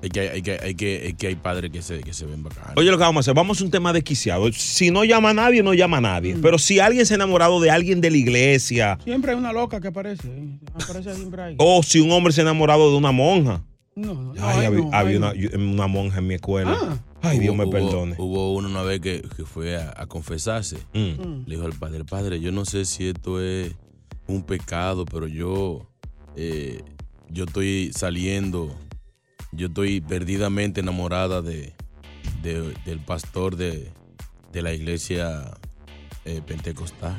Hay que, hay, que, hay, que, hay, que hay padres que se, que se ven bacanos. Oye, lo que vamos a hacer, vamos a un tema desquiciado. Si no llama a nadie, no llama a nadie. Mm. Pero si alguien se ha enamorado de alguien de la iglesia, Siempre hay una loca que aparece. ¿eh? Aparece siempre ahí. o si un hombre se ha enamorado de una monja. No, no, no, Ay, ay, había, no, había ay, una, yo- em, una monja en mi escuela. Ay, Dios me Hubo- perdone. Hubo uno una vez que, que fue a, a confesarse. Mm. Le dijo al padre, padre, yo no sé si esto es un pecado, pero yo, eh, yo estoy saliendo, yo estoy perdidamente enamorada de, de- del pastor de, de la iglesia eh, pentecostal.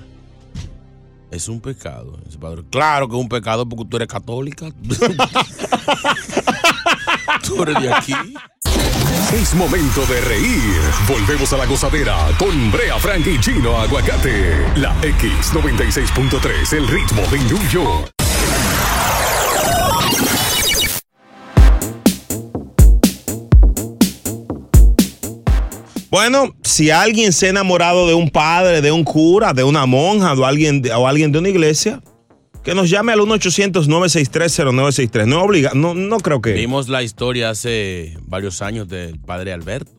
Es un pecado. Dice, padre, claro que es un pecado porque tú eres católica. tú eres de aquí. Es momento de reír. Volvemos a la gozadera con Brea Frank y Chino Aguacate. La X96.3, el ritmo de New York. Bueno, si alguien se ha enamorado de un padre, de un cura, de una monja de alguien de- o alguien de una iglesia, que nos llame al 1-800-963-0963. No obliga, no, no creo que. Vimos la historia hace varios años del padre Alberto.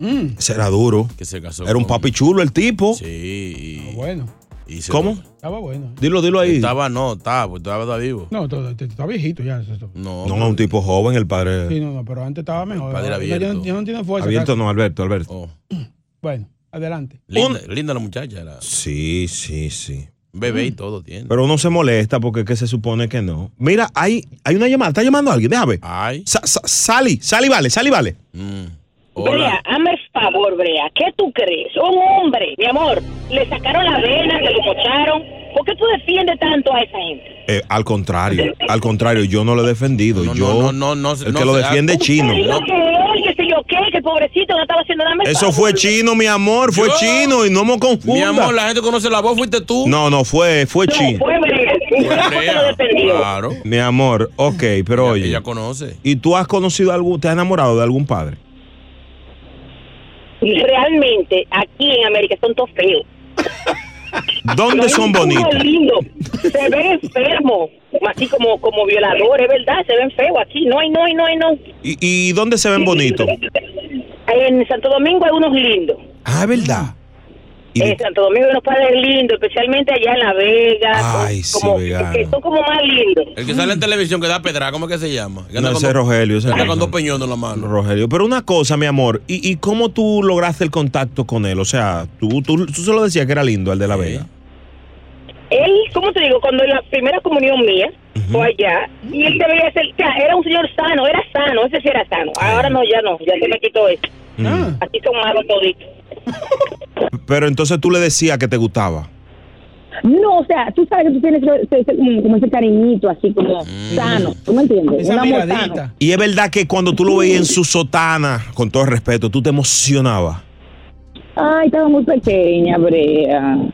Mm. Será duro. Que se casó. Era un con- papi chulo el tipo. Sí. y- Bueno, y se- ¿Cómo? estaba bueno. Dilo, dilo ahí. Estaba, no, estaba, pues estaba vivo. No, todo- está, está viejito ya. eso es todo. No, No, un tipo joven, el padre. Sí, pues, no, no, pero antes estaba mejor. padre Ya- ya abierto. no- ya no tiene fuerza. Abierto casi. no, Alberto, Alberto. Oh. Bueno, adelante. Linda, linda la muchacha, era Sí, sí, sí. bebé y todo tiene. Pero uno se molesta porque que se supone que no. Mira, hay, hay una llamada. Está llamando alguien, déjame. Ay. Sali, Sali, vale, Sali, vale. Brea, hazme el favor, Brea. ¿Qué tú crees? Un hombre, mi amor, le sacaron la vena, se lo cocharon. ¿Por qué tú defiendes tanto a esa gente? Eh, al contrario, al contrario, yo no lo he defendido. yo, no, no, no, el no que lo se- defiende es chino. Dijo que él, que sé yo qué, que el pobrecito no estaba haciendo nada. Hazme el Eso favor. fue chino, mi amor, fue Yo- chino y no me confunda. Mi amor, la gente conoce la voz, fuiste tú. No, no, fue, fue chino. Fue Brea. Fue lo Brea. defendió. Claro. Mi amor, ok, pero oye. Ella conoce. ¿Y tú has conocido algún, te has enamorado de algún padre? Y realmente, aquí en América son todos feos. ¿Dónde son bonitos? lindo. Se ven enfermos, así como, como violadores, ¿verdad? Se ven feos aquí. No hay, no hay, no hay, no. ¿Y, y dónde se ven bonitos? En Santo Domingo hay unos lindos. Ah, ¿verdad? En Santo Domingo hay unos padres lindos, especialmente allá en La Vega. Ay, sí, como, vegano. Que son como más lindos. El que sale en televisión que da pedra, ¿cómo es que se llama? Que No, anda ese es con dos- Rogelio. Ese es anda con Rogelio. dos peñones en la mano. Rogelio. Pero una cosa, mi amor, ¿y, y cómo tú lograste el contacto con él? O sea, tú, tú, tú solo decías que era lindo el de La Vega. Él, ¿cómo te digo? Cuando en la primera comunión mía fue allá, y él se veía cerca, era un señor sano, era sano, ese sí era sano. Ahora no, ya no, ya se me quitó eso. Mm. Aquí son malos toditos. Pero entonces tú le decías que te gustaba. No, o sea, tú sabes que tú tienes ese- ese- como, como ese cariñito así como sano, ¿tú me entiendes? Esa Un amor miradita. sano. Y es verdad que cuando tú lo veías en su sotana, con todo el respeto, tú te emocionabas. Ay, estaba muy pequeña, Brea. Mm.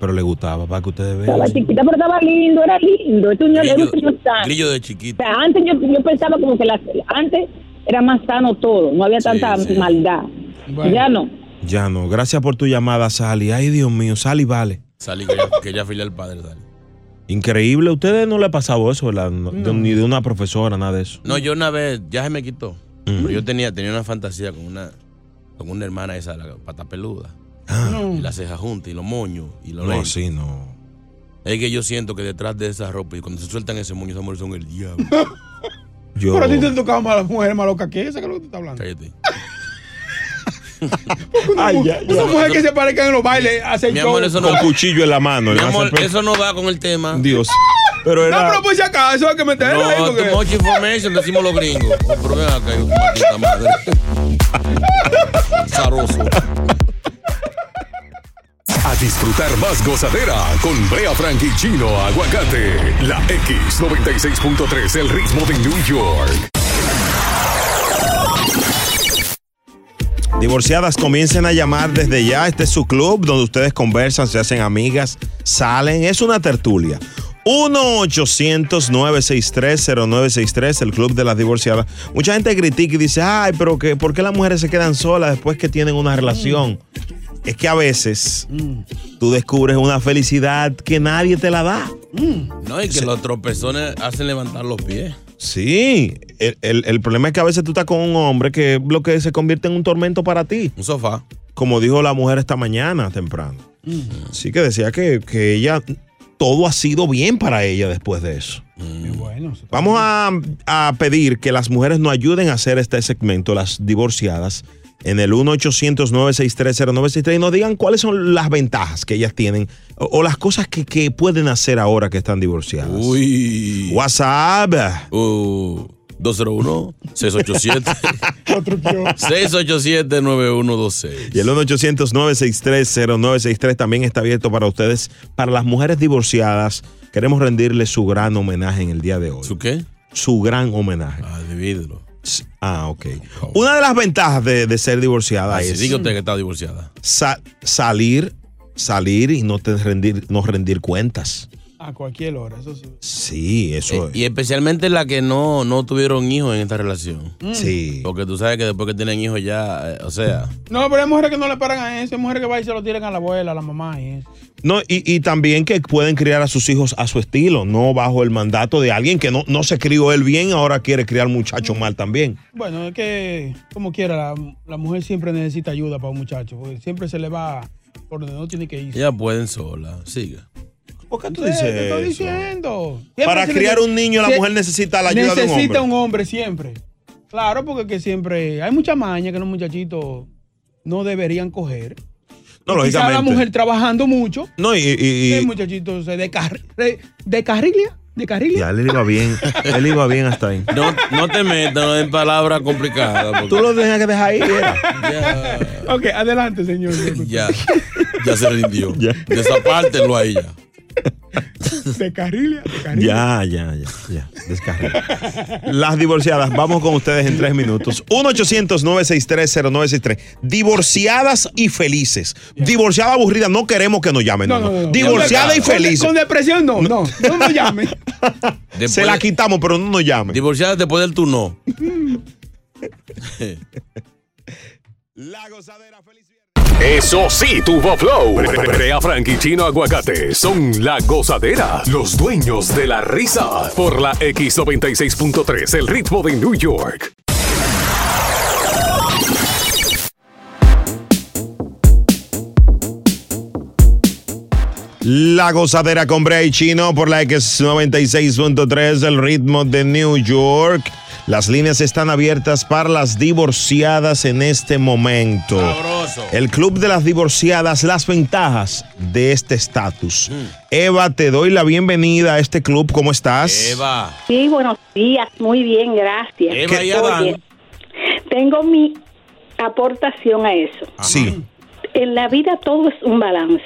Pero le gustaba, para que ustedes Estaba vean. chiquita, pero estaba lindo, era lindo. Este señor- era un Grillo- señor Ah. sano. Grillo de O chiquito. sea, antes yo, yo pensaba como que las, antes era más sano todo, no había tanta maldad. Ya no. Ya no, gracias por tu llamada, Sally. Ay, Dios mío, Sally, vale. Salí que ya, que ya filé al padre. Sally. Increíble, a ustedes no le ha pasado eso, ¿verdad? No- de- ni de una profesora, nada de eso. No, yo una vez, ya se me quitó. Pero yo tenía, tenía una fantasía con una, con una hermana esa, la pata peluda. Y la ceja junta y los moños y los No, lentes. sí, no. Es que yo siento que detrás de esa ropa y cuando se sueltan ese moño, esas mujeres son el diablo. Yo. Pero a ti te han tocado más mujeres más locas que esa, que es lo que tú estás hablando. Cállate. Una Ay, mu- ya, Una ya. mujer que se parezcan en los bailes, hace Mi amor, eso no- Con cuchillo en la mano. Mi le vas a amor, pe- eso no va con el tema. Dios. Pero No, era. pero pues si acaso eso hay que meterlo ahí. No, porque- too much information, decimos los gringos. Oh, Pero ven acá, hijo de maldita madre. Zaroso. A disfrutar más gozadera con Brea Frank y Chino Aguacate. La X96.3, el ritmo de New York. Divorciadas, comiencen a llamar desde ya. Este es su club donde ustedes conversan, se hacen amigas, salen. Es una tertulia. 1-800-963-0963, el club de las divorciadas. Mucha gente critica y dice, ay, pero que, ¿por qué las mujeres se quedan solas después que tienen una relación? es que a veces tú descubres una felicidad que nadie te la da. Mm. No, y que los tropezones hacen levantar los pies. Sí, el, el- el problema es que a veces tú estás con un hombre que lo que se convierte en un tormento para ti. Un sofá. Como dijo la mujer esta mañana temprano. Sí que decía que, que ella, todo ha sido bien para ella después de eso. Mm. Vamos a, a pedir que las mujeres nos ayuden a hacer este segmento, las divorciadas, en el 1-800-963-0963 y nos digan cuáles son las ventajas que ellas tienen o, o las cosas que, que pueden hacer ahora que están divorciadas. Uy. WhatsApp. Uh, 201 687 687 9126. Y el 1-800-963-0963 también está abierto para ustedes. Para las mujeres divorciadas, queremos rendirles su gran homenaje en el día de hoy. ¿Su qué? Su gran homenaje. Ah, divídelo. Ah, ok. Una de las ventajas de, de ser divorciada Así es diga usted que está divorciada. sa- salir, salir y no, te rendir, no rendir cuentas. A cualquier hora, eso sí. Sí, eso Eh, Y especialmente la que no, no tuvieron hijos en esta relación. Mm. Sí. Porque tú sabes que después que tienen hijos ya, eh, o sea. No, pero hay mujeres que no le paran a eso, hay mujeres que van y se lo tiran a la abuela, a la mamá y eso. No, y, y también que pueden criar a sus hijos a su estilo, no bajo el mandato de alguien que no, no se crió él bien, ahora quiere criar Mm. muchachos mal también. Bueno, es que, como quiera, la, la mujer siempre necesita ayuda para un muchacho, porque siempre se le va por donde no tiene que ir. Ellas pueden sola. Siga. ¿Por qué tú Sí, dices te estoy eso? diciendo. Para se criar le- un niño, la se- mujer necesita la ayuda de un Necesita hombre. un hombre siempre. Claro, porque que siempre hay mucha maña que los muchachitos no deberían coger. No, Y quizá lógicamente. la mujer trabajando mucho, No, y, y- el y- muchachito se decarri- re- descarrilia, descarrilia. Ya, él iba bien. él iba bien hasta ahí. No, no te metas en palabras complicadas. porque Tú lo tenías que dejar ahí. Ok, adelante, señor. Ya, ya se rindió. Desapártelo ahí ya. Descarrilia, Ya, ya, ya, ya. Descarga. Las divorciadas, vamos con ustedes en tres minutos. 1-800-963-0963. Divorciadas y felices. Divorciada aburrida, no queremos que nos llamen. No, no, Divorciada y Con- feliz. Con depresión, no, no, no me llamen. Se la quitamos, pero no nos llamen. Divorciadas después del tú no. Eso sí, tuvo flow. Brea Frank y Chino Aguacate son la gozadera, los dueños de la risa. Por la X96.3, el ritmo de New York. La gozadera con Bray Chino por la X96.3, el ritmo de New York. Las líneas están abiertas para las divorciadas en este momento. El Club de las Divorciadas, las ventajas de este estatus. Eva, te doy la bienvenida a este club. ¿Cómo estás? Eva. Sí, buenos días, muy bien, gracias. Eva y Adán. Oye, tengo mi aportación a eso. Sí. En la vida todo es un balance.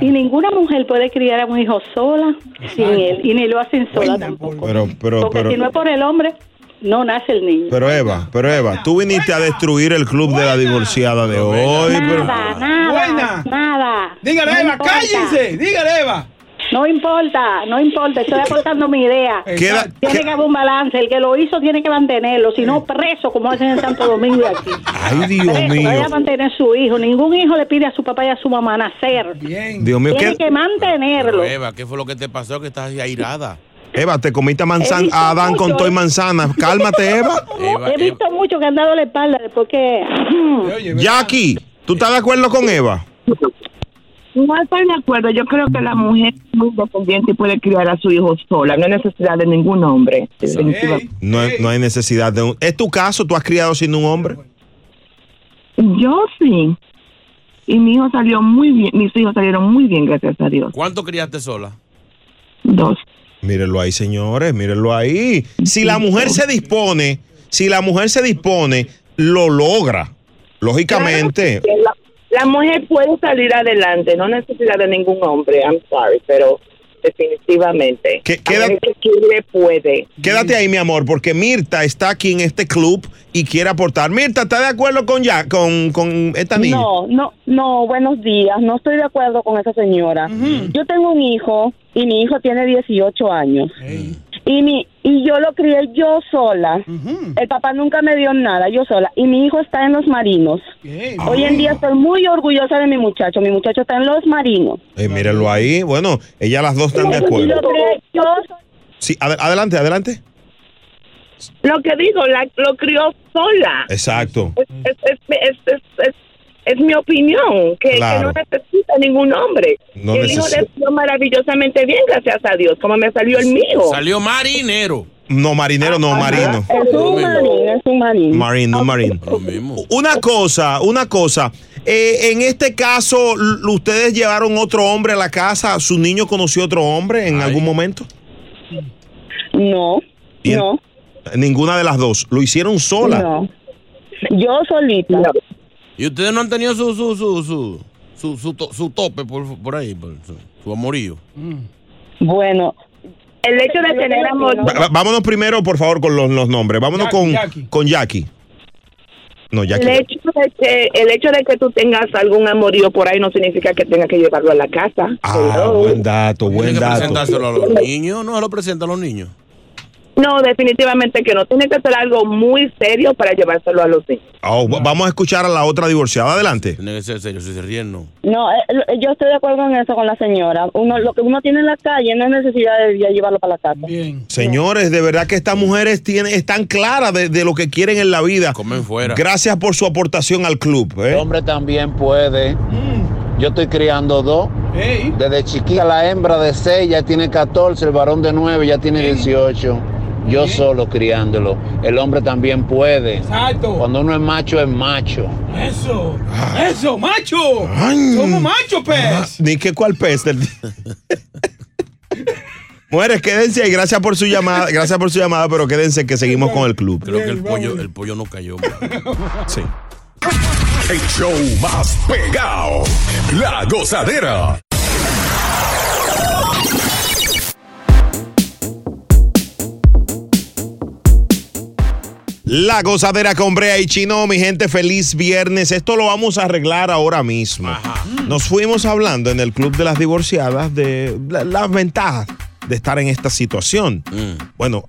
Y ninguna mujer puede criar a un hijo sola sin él, y ni lo hacen sola tampoco. Pero, pero, Porque si no pero, es por el hombre, no nace el niño. pero Eva, pero Eva, tú viniste a destruir el Club de la Divorciada de hoy. pero- nada, nada, nada. Dígale, Eva, importa. cállense, dígale, Eva. No importa, no importa, estoy aportando mi idea. Queda- tiene que haber un balance, el que lo hizo tiene que mantenerlo, si no preso como hacen en Santo Domingo y aquí. Eh. Ay, Dios Preso, mío. vaya a mantener su hijo, ningún hijo le pide a su papá y a su mamá nacer. Dios mío, tiene ¿qué- que mantenerlo. Eva, ¿qué fue lo que te pasó que estás airada? Eva, te comiste manzana, a Adán con toy manzana. Cálmate, Eva. He visto mucho que han dado la espalda después que... Jackie, ¿tú estás de acuerdo con Eva? No estoy de acuerdo. Yo creo que la mujer es muy independiente y puede criar a su hijo sola. No hay necesidad de ningún hombre. definitivamente. No, hay- no hay necesidad de un... ¿Es tu caso? ¿Tú has criado sin un hombre? Yo sí. Y mi hijo salió muy bien. Mis hijos salieron muy bien, gracias a Dios. ¿Cuánto criaste sola? Dos. Mírenlo ahí, señores, mírenlo ahí. Si la mujer se dispone, si la mujer se dispone, lo logra. Lógicamente. La, la mujer puede salir adelante. No necesidad de ningún hombre. I'm sorry, pero definitivamente. ¿Qué, que quiere puede. Quédate ahí, mi amor, porque Mirta está aquí en este club y quiere aportar. Mirta, ¿estás de acuerdo con ya, con, con esta niña? No, no, no, buenos días. No estoy de acuerdo con esa señora. Yo tengo un hijo y mi hijo tiene 18 años. Y mi Y yo lo crié yo sola. El papá nunca me dio nada, yo sola. Y mi hijo está en los marinos. Hoy en día estoy muy orgullosa de mi muchacho. Mi muchacho está en los marinos. Eh, mírenlo ahí. Bueno, ellas las dos están de Y acuerdo. lo crié yo sola. Sí, ade- adelante, adelante. Lo que digo, la- lo crió sola. Exacto. Es, es, es- es- es- es mi opinión, que, que no Claro. necesita ningún hombre. No el hijo necesi- le salió maravillosamente bien, gracias a Dios, como me salió el mío. Salió marinero. No, marinero, no, marino. Es un marín, es un marín. Marine, un marine. Una cosa, una cosa. Eh, en este caso, l- ¿ustedes llevaron otro hombre a la casa? ¿Su niño conoció otro hombre en algún momento? No, no. Ninguna de las dos. ¿Lo hicieron sola? No. Yo solita. ¿Y ustedes no han tenido su su su su su, su, to- su tope por, por ahí, por su, su amorío? Bueno, el hecho de tener amor. Va- va- vámonos primero, por favor, con los, los nombres. Vámonos Jackie, con, Jackie. con Jackie. No, El Jackie. hecho, de que, el hecho de que tú tengas algún amorío por ahí no significa que tengas que llevarlo a la casa. Ah, buen dato, buen Tienen que dato. presentárselo a los niños, no se lo presenta a los niños. No, definitivamente que no. Tiene que ser algo muy serio para llevárselo a los niños. Oh, va- Vamos a escuchar a la otra divorciada. Adelante. Tiene que ser serio, si se ríen, no. No, eh, yo estoy de acuerdo en eso con la señora. Uno, lo que uno tiene en la calle no es necesidad de llevarlo para la casa. Bien. Señores, de verdad que estas mujeres tienen, están claras de, de lo que quieren en la vida. Gracias por su aportación al club. ¿eh? El hombre también puede. Yo estoy criando dos. Desde chiquita la hembra de 6 ya tiene 14, el varón de 9 ya tiene 18. Yo solo criándolo. El hombre también puede. Cuando uno es macho, es macho. Eso, eso, macho. Somos machos, pez. Ni que cuál pez del Mujeres, quédense ahí. Gracias por su llamada. Gracias por su llamada, pero quédense que seguimos con el club. Creo que el pollo, el pollo no cayó. Sí. El show más pegado. La gozadera. La gozadera con Brea y Chino, mi gente, feliz viernes. Esto lo vamos a arreglar ahora mismo. Nos fuimos hablando en el Club de las Divorciadas de la- las ventajas de estar en esta situación. Mm, Bueno,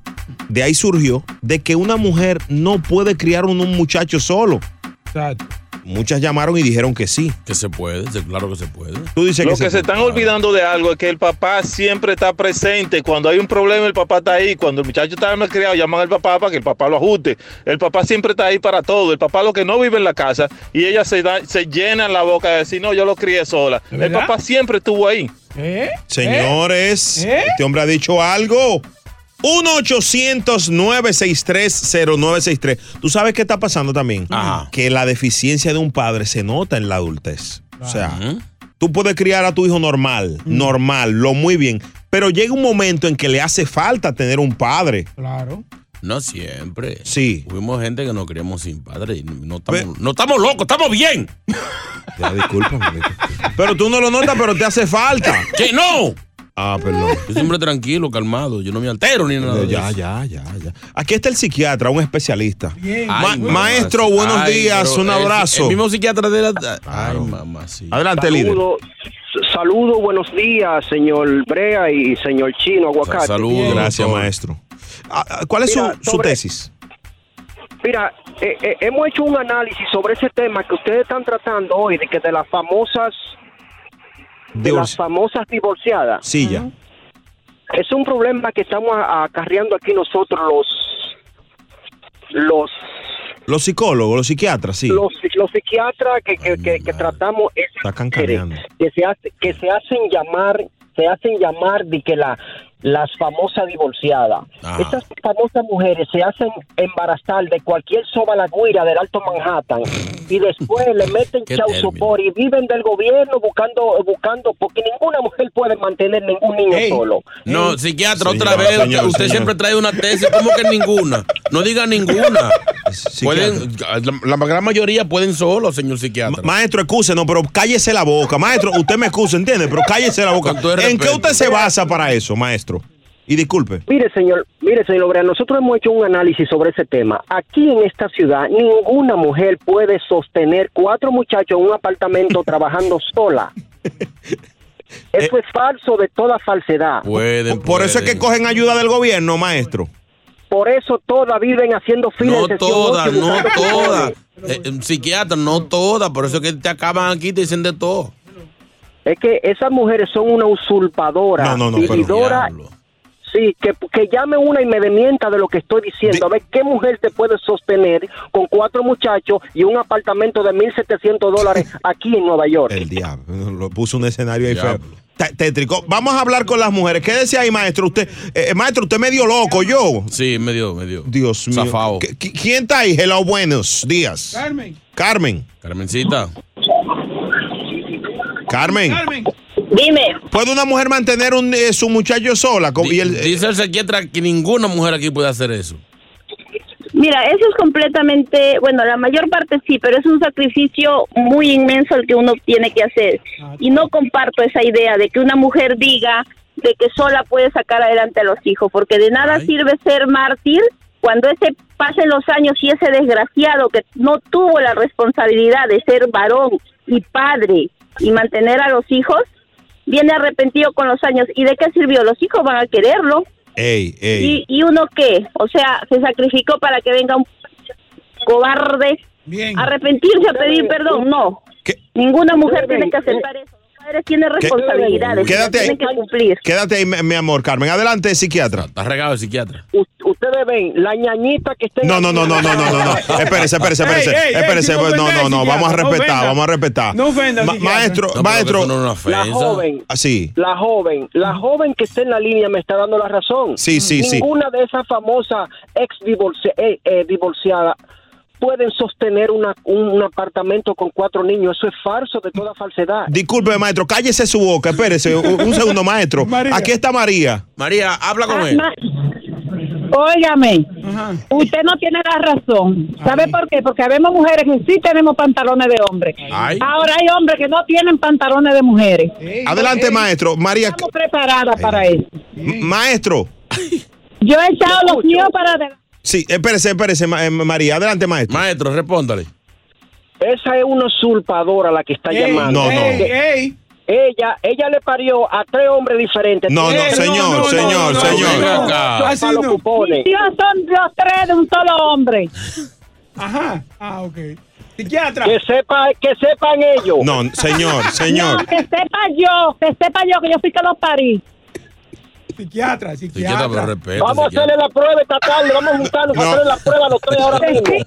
de ahí surgió de que una mujer no puede criar un, un muchacho solo. Exacto. Muchas llamaron y dijeron que sí. Que se puede, se- claro que se puede. Tú dices Lo que, que se están olvidando de algo es que el papá siempre está presente. Cuando hay un problema, el papá está ahí. Cuando el muchacho está malcriado, llaman al papá para que el papá lo ajuste. El papá siempre está ahí para todo. El papá lo que no vive en la casa y ella se, da, se llena la boca de decir, no, yo lo crié sola. El verdad? papá siempre estuvo ahí. ¿eh? Señores, ¿Eh? este hombre ha dicho algo. 1-800-963-0963. ¿Tú sabes qué está pasando también? Que la deficiencia de un padre se nota en la adultez. O sea, tú puedes criar a tu hijo normal, normal, lo muy bien, pero llega un momento en que le hace falta tener un padre. Claro. No siempre. Sí. Fuimos gente que nos criamos sin padre. y No estamos, no estamos locos, estamos bien. Ah, Ya, discúlpame. Pero tú no lo notas, pero te hace falta. ¡Que no! Ah, perdón. Yo siempre tranquilo, calmado. Yo no me altero ni nada. Ya, ya, ya, ya. Aquí está el psiquiatra, un especialista. Bien. Ma- Ay, maestro, mamá, buenos sí. Ay, días, pero un el- abrazo. Ah, el mismo psiquiatra de la. Ay, mamá, sí. Adelante, líder. Saludo, saludo, buenos días, señor Brea y señor Chino Aguacate. Gracias, maestro. Ah, ah, ¿Cuál es su- Mira, su, sobre- tesis? Mira, eh, eh, hemos hecho un análisis sobre ese tema que ustedes están tratando hoy, de que de las famosas, de Divorci- las famosas divorciadas. Sí, ya. Es un problema que estamos a- acarreando aquí nosotros los, los Los psicólogos, los psiquiatras, sí. los, los psiquiatras que, que, que- que tratamos esas Sacan mujeres caneando. que se hace- que se hacen llamar se hacen llamar de que la las famosas divorciadas Ah. estas famosas mujeres se hacen embarazar de cualquier soba la guira del Alto Manhattan y después le meten Qué chausopor y viven del gobierno buscando buscando porque ninguna mujer puede mantener ningún niño solo No, psiquiatra, Señor, otra vez. señor, usted señor. siempre trae una tesis. ¿Cómo que ninguna? No diga ninguna. Pueden, la, la gran mayoría pueden solo, señor psiquiatra. Maestro, excúsenos, pero cállese la boca. Maestro, usted me excusa, ¿entiende? Pero cállese la boca. Con todo el ¿En qué respeto. usted se basa para eso, maestro? Y disculpe. Mire, señor, mire, señor Obrea, nosotros hemos hecho un análisis sobre ese tema. Aquí en esta ciudad, ninguna mujer puede sostener cuatro muchachos en un apartamento trabajando sola. Eh. Eso es falso de toda falsedad. Por eso es que cogen ayuda del gobierno, maestro. Por eso todas viven haciendo fila. No en sesión todas, ocho, no buscando todas. Eh, eh, psiquiatra, no todas. Por eso es que te acaban aquí y te dicen de todo. Es que esas mujeres son una usurpadora, No, no, no, pero vividora. Sí, que, que llame una y me demienta de lo que estoy diciendo. A ver, ¿qué mujer te puede sostener con cuatro muchachos y un apartamento de 1.700 dólares aquí en Nueva York? El diablo. Lo puso un escenario ahí feo. Tá- Tétrico. Vamos a hablar con las mujeres. ¿Qué decía ahí, maestro? Usted, eh, maestro, usted medio loco, yo. Sí, me dio, me dio. Dios mío. Zafao. ¿Qui- qui- ¿Quién está ahí? Hello, buenos días. Carmen. Carmen. Carmencita. Carmen. Dime. ¿Puede una mujer mantener un, eh, su muchacho sola? Como- y el- eh, Dice el psiquiatra que ninguna mujer aquí puede hacer eso. Mira, eso es completamente, bueno, la mayor parte sí, pero es un sacrificio muy inmenso el que uno tiene que hacer. Y no comparto esa idea de que una mujer diga de que sola puede sacar adelante a los hijos, porque de nada sirve ser mártir cuando ese pasen los años y ese desgraciado que no tuvo la responsabilidad de ser varón y padre y mantener a los hijos, viene arrepentido con los años. ¿Y de qué sirvió? Los hijos van a quererlo. Ey, ey. ¿Y, ¿Y uno qué? O sea, se sacrificó para que venga un cobarde arrepentirse a pedir perdón. No. Ninguna mujer tiene que aceptar eso. Los padres tienen ¿Qué- responsabilidades. y las Quédate ahí. tienen que cumplir. Quédate ahí, mi mi amor, Carmen. Adelante, psiquiatra. Está regado el psiquiatra. Ustedes ven, la ñañita que está en No, no, aquí- no, no, no, no, no, no. Espérese, espérese, espérese. Ey, ey, ey, espérese, si pues, no, ofenda no, al no. Vamos a psiquiatra, no respetar, ofenda. vamos a respetar. No ofenda al Ma- psiquiatra. No, Maestro, pero maestro. eso no es una ofensa. La joven. Ah, sí. La joven, la joven que está en la línea me está dando la razón. Sí, sí, sí. Ninguna de esas famosas ex divorci- eh, eh, divorciadas pueden sostener una, un, un apartamento con cuatro niños. Eso es falso de toda falsedad. Disculpe, maestro, cállese su boca, espérese un, un segundo, maestro. Aquí está María. María, habla con él. Ma- Óigame, usted no tiene la razón. ¿Sabe por qué? Porque habemos mujeres que sí tenemos pantalones de hombres. Ay. Ahora hay hombres que no tienen pantalones de mujeres. Adelante, maestro. María. Estamos preparadas para eso. M- Maestro. Yo he echado los míos para adelante. Sí, espérese, espérese, ma- eh, María. Adelante, maestro. Maestro, respóndale. Esa es una usurpadora la que está Ey, llamando. no, no. Ey, Ella, ella le parió a tres hombres diferentes. No, no, Ey, señor, señor, no, señor. no, Acá. no, Así pa' los no. cupones. Mis hijos son los tres de un solo hombre. Ajá. Ah, ok. Psiquiatra. Que sepa, que sepan ellos. No, señor, señor. No, que sepa yo, que sepa yo que yo fui que los parí. Psiquiatra, Psiquiatra, pero respeto. Vamos a hacerle la prueba esta tarde, vamos a juntarnos para hacerle la prueba a los tres ahora mismo.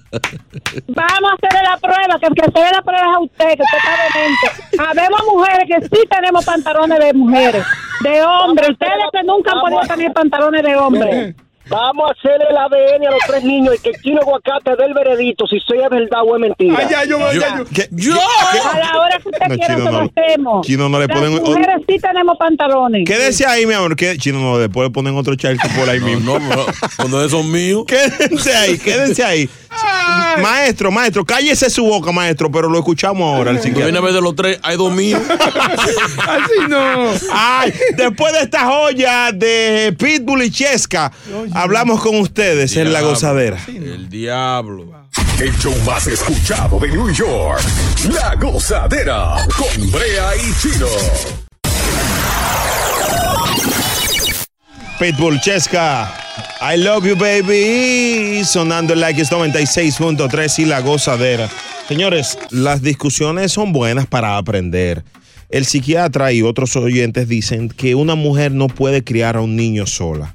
Vamos a hacerle la prueba, que el que se ve la prueba es a usted, que usted está demente. Habemos mujeres que sí tenemos pantalones de mujeres, de hombres. Ustedes que nunca han podido tener pantalones de hombres. Vamos a hacerle el ADN a los tres niños y que el chino aguacate dé el veredicto si soy es verdad o es mentira. Ay, ya, yo- Yo- ya, yo- ¿Qué? A la hora que usted No, quiera, Chino, se lo no. hacemos. Chino, no le oh, Las ponen un- mujeres sí tenemos pantalones. ¿Qué decía ahí, mi amor? ¿Qué? Chino, no, después le ponen otro charco por ahí mismo. No, cuando esos míos. Quédense ahí, quédense ahí. Maestro, maestro, cállese su boca, maestro, pero lo escuchamos ahora, el Tú vienes a psiquiatra. ver de los tres, hay dos míos. Así no. Ay, después de esta joya de Pitbull y Chesca, hablamos con ustedes en La Gozadera. El diablo. El show más escuchado de New York. La gozadera con Brea y Chino. Pitbull Chesca. I love you, baby. Sonando el like es 96.3 y la gozadera. Señores, las discusiones son buenas para aprender. El psiquiatra y otros oyentes dicen que una mujer no puede criar a un niño sola.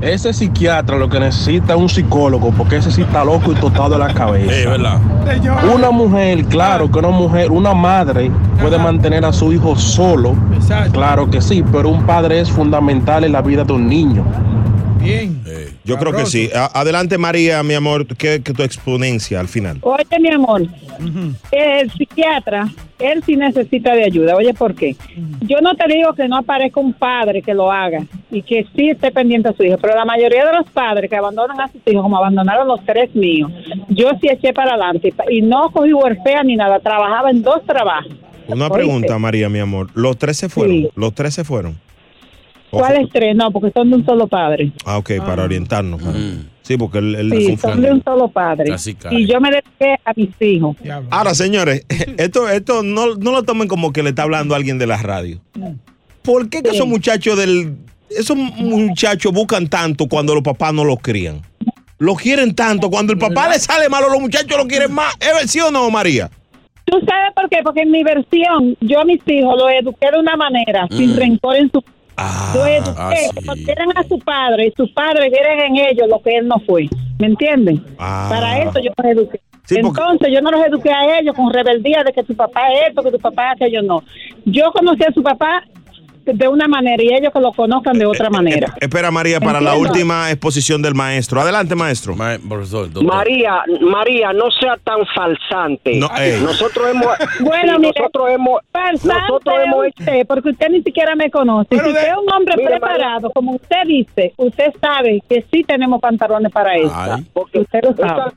Ese psiquiatra lo que necesita es un psicólogo, porque ese sí está loco y tostado de la cabeza. Es verdad. Una mujer, claro que una mujer, una madre puede mantener a su hijo solo. Claro que sí, pero un padre es fundamental en la vida de un niño. Bien. Eh, Yo creo que sí. A- adelante, María, mi amor, que, que tu exponencia al final. Oye, mi amor, el psiquiatra, él sí necesita de ayuda. Oye, ¿por qué? Yo no te digo que no aparezca un padre que lo haga y que sí esté pendiente a su hijo, pero la mayoría de los padres que abandonan a sus hijos, como abandonaron los tres míos, yo sí eché para adelante y pa- y no cogí huerfea ni nada, trabajaba en dos trabajos. Una Oíste. pregunta, María, mi amor. ¿Los tres se fueron? ¿Los tres se fueron? ¿Cuáles tres? No, porque son de un solo padre. Ah, ok, para orientarnos. para- Sí, porque él, él Mm. Sí, confundió. son de un solo padre. Casi cae. Y yo me dediqué a mis hijos. Ahora, señores, esto, esto Mm. no, no lo tomen como que le está hablando alguien de la radio. ¿Por qué que esos muchachos del esos muchachos buscan tanto cuando los papás no los crían. Los quieren tanto. Cuando el papá les sale malo, los muchachos lo quieren más. ¿Es sí o no, María? ¿Tú sabes por qué? Porque en mi versión, yo a mis hijos los eduqué de una manera, sin rencor en su... los eduqué Mm. ah, sí. porque eran a su padre y sus padres eran en ellos lo que él no fue. ¿Me entienden? Ah. Para eso yo los eduqué. Entonces yo no los eduqué a ellos con rebeldía de que tu papá es esto, que tu papá es aquello, no. Yo conocí a su papá de una manera y ellos que lo conozcan Eh, de otra manera. Espera, María, para la Entiendo. última exposición del maestro. Adelante, maestro. María, María, no sea tan falsante. No, eh. ey. Nosotros hemos, Bueno, sí, mire, nosotros hemos, eh, Nosotros hemos usted, porque usted ni siquiera me conoce. si usted es un hombre Mire, María. preparado, como usted dice, usted sabe que sí tenemos pantalones para eso. porque usted lo sabe.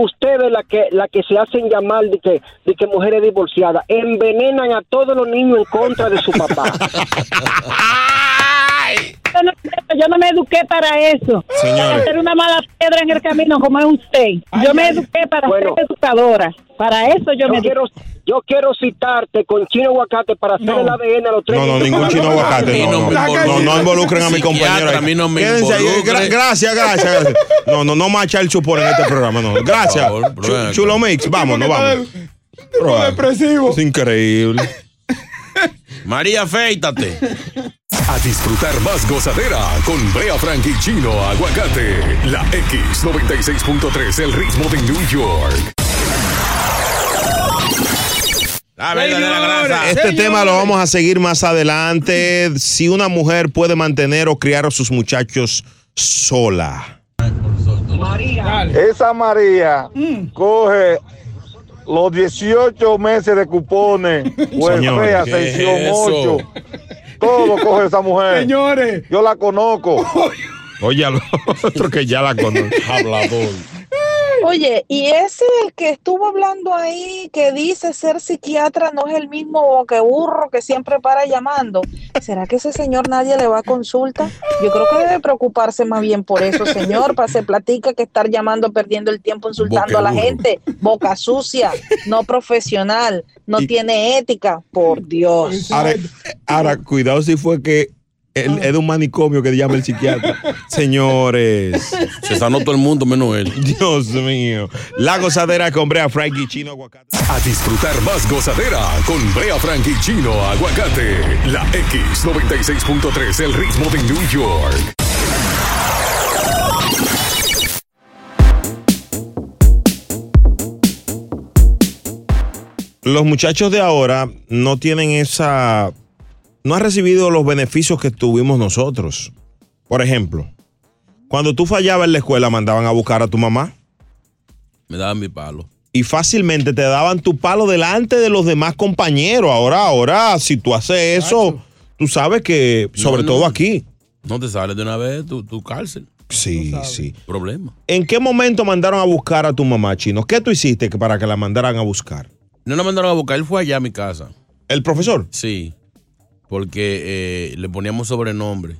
ustedes la que la que se hacen llamar de que de que mujeres divorciadas envenenan a todos los niños en contra de su papá. Yo no, yo no me eduqué para eso. Señores. Para ser una mala piedra en el camino como es usted. Yo me eduqué para ser educadora. Para eso yo, me quiero yo quiero citarte con chino aguacate para hacer el ADN a los tres. No, no, ningún chino aguacate. No, no, no, no, no involucren a mi compañero. ahí. a mí no me Quédense ahí. involucre. Gra- Gracias, gracias, gracias. No, no, no marcha el chupón en este programa, no. Gracias. Por favor, Chu- bro. Chulo Mix, vamos, no vamos. depresivo. Es increíble. María, afeítate. A disfrutar más gozadera con Brea Frank y Chino Aguacate. La X96.3, el ritmo de New York. Este tema lo vamos a seguir más adelante. Si una mujer puede mantener o criar a sus muchachos sola. Esa María Mm. coge los 18 meses de cupones, Señores, huevea, ¿qué sección es eso? 8. Todo lo coge esa mujer. Señores. Yo la conozco. Oye, a lo otro que ya la conoce. Hablador. Oye, y ese que estuvo hablando ahí, que dice ser psiquiatra, no es el mismo boque burro que siempre para llamando. ¿Será que ese señor nadie le va a consulta? Yo creo que debe preocuparse más bien por eso, señor, para se platica que estar llamando, perdiendo el tiempo, insultando a la Boqueburro. gente, boca sucia, no profesional, no tiene ética, por Dios. Ahora, ahora, cuidado si fue que él- es de un manicomio que llama el psiquiatra. Señores. Se sanó todo el mundo menos él. Dios mío. La gozadera con Brea Frank y Chino Aguacate. A disfrutar más gozadera con Brea Frank y Chino Aguacate. La X96.3, el ritmo de New York. Los muchachos de ahora no tienen esa. No han recibido los beneficios que tuvimos nosotros. Por ejemplo, cuando tú fallabas en la escuela, mandaban a buscar a tu mamá. Me daban mi palo. y fácilmente te daban tu palo delante de los demás compañeros. Ahora, ahora, si tú haces eso, tú sabes que, sobre no. todo aquí. No te sales de una vez tu, tu cárcel. Sí, sí. Problema. ¿En qué momento mandaron a buscar a tu mamá, Chino? ¿Qué tú hiciste que- para que la mandaran a buscar? No la mandaron a buscar, él fue allá a mi casa. ¿El profesor? Sí. Porque eh, le poníamos sobrenombre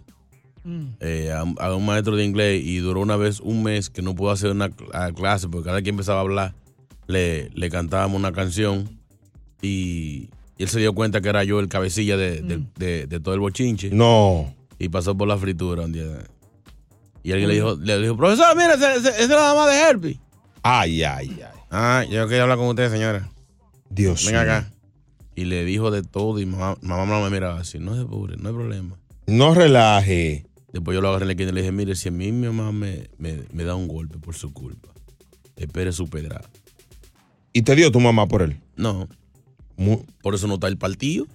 eh, a, un- a un maestro de inglés y duró una vez un mes que no pudo hacer una cl- a clase porque cada quien empezaba a hablar, le, le cantábamos una canción y, y él se dio cuenta que era yo el cabecilla de, de- de- de todo el bochinche. No. Y pasó por la fritura un día. Y alguien le dijo, le dijo, profesor, mira, esa esa- esa es la dama de Herbie. Ay, ay, ay. Ah, yo quería hablar con usted, señora. Dios Venga mío. acá. Y le dijo de todo y mamá, mamá no me miraba así. No se apure, no hay problema. No relaje. Después yo lo agarré en la esquina y le dije, mire, si a mí mi mamá me, me- me da un golpe por su culpa, espere su pedrada. ¿Y te dio tu mamá por él? No. Mu- Por eso no está el partido.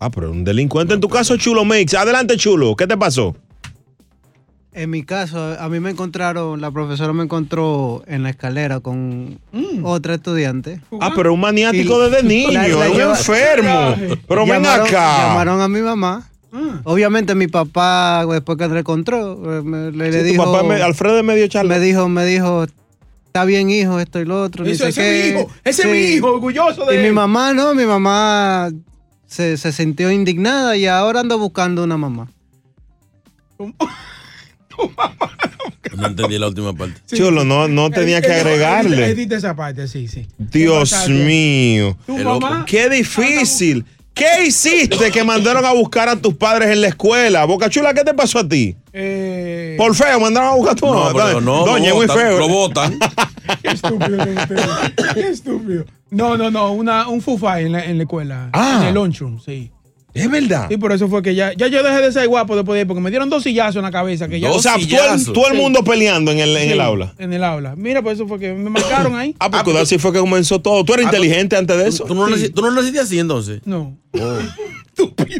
Ah, pero un delincuente. En tu caso, Chulo Mix. Adelante, Chulo. ¿Qué te pasó? En mi caso, a mí me encontraron, la profesora me encontró en la escalera con otra estudiante. Mm. Ah, pero un maniático Y- desde niño. La- la es un lleva- enfermo. Pero ven Llamaron- acá. Ah. Llamaron a mi mamá. Obviamente mi papá, después que encontró, eh, me- le, le Sí, tu dijo... papá me- Alfredo es medio charla. Me dijo, me dijo, está bien hijo, esto y lo otro. ni Eso- sé ese qué". es mi hijo, ese es Sí. mi hijo, orgulloso de Y él. mi mamá, no, mi mamá se, se sintió indignada y ahora anda buscando una mamá. No entendí la última parte. Chulo, no, no tenía que Eh, Edita- agregarle. Edita esa parte, sí, sí. Dios Bastante. mío. Tu mamá Qué difícil. ¿Qué hiciste que mandaron a buscar a tus padres en la escuela? Bocachula, ¿qué te pasó a ti? Por feo, mandaron a buscar a tu No, pero no, Doña, lo es muy botan, feo. Lo botan. Qué estúpido es usted. Qué estúpido. No, no, no. Una, un fufa en la, en la escuela. Ah. En el lunchroom, sí. Es verdad. Sí, por eso fue que ya, ya yo dejé de ser guapo después de ahí, porque me dieron dos sillazos en la cabeza. Que ya, o sea, todo el, todo el Sí, mundo peleando en el, en Sí. el aula. en el aula. Mira, por eso fue que me marcaron ahí. Ah, porque así fue que comenzó todo. ¿Tú eres inteligente antes de eso? Ah, ¿Tú no, naci- tú no naciste así entonces? No. Oh.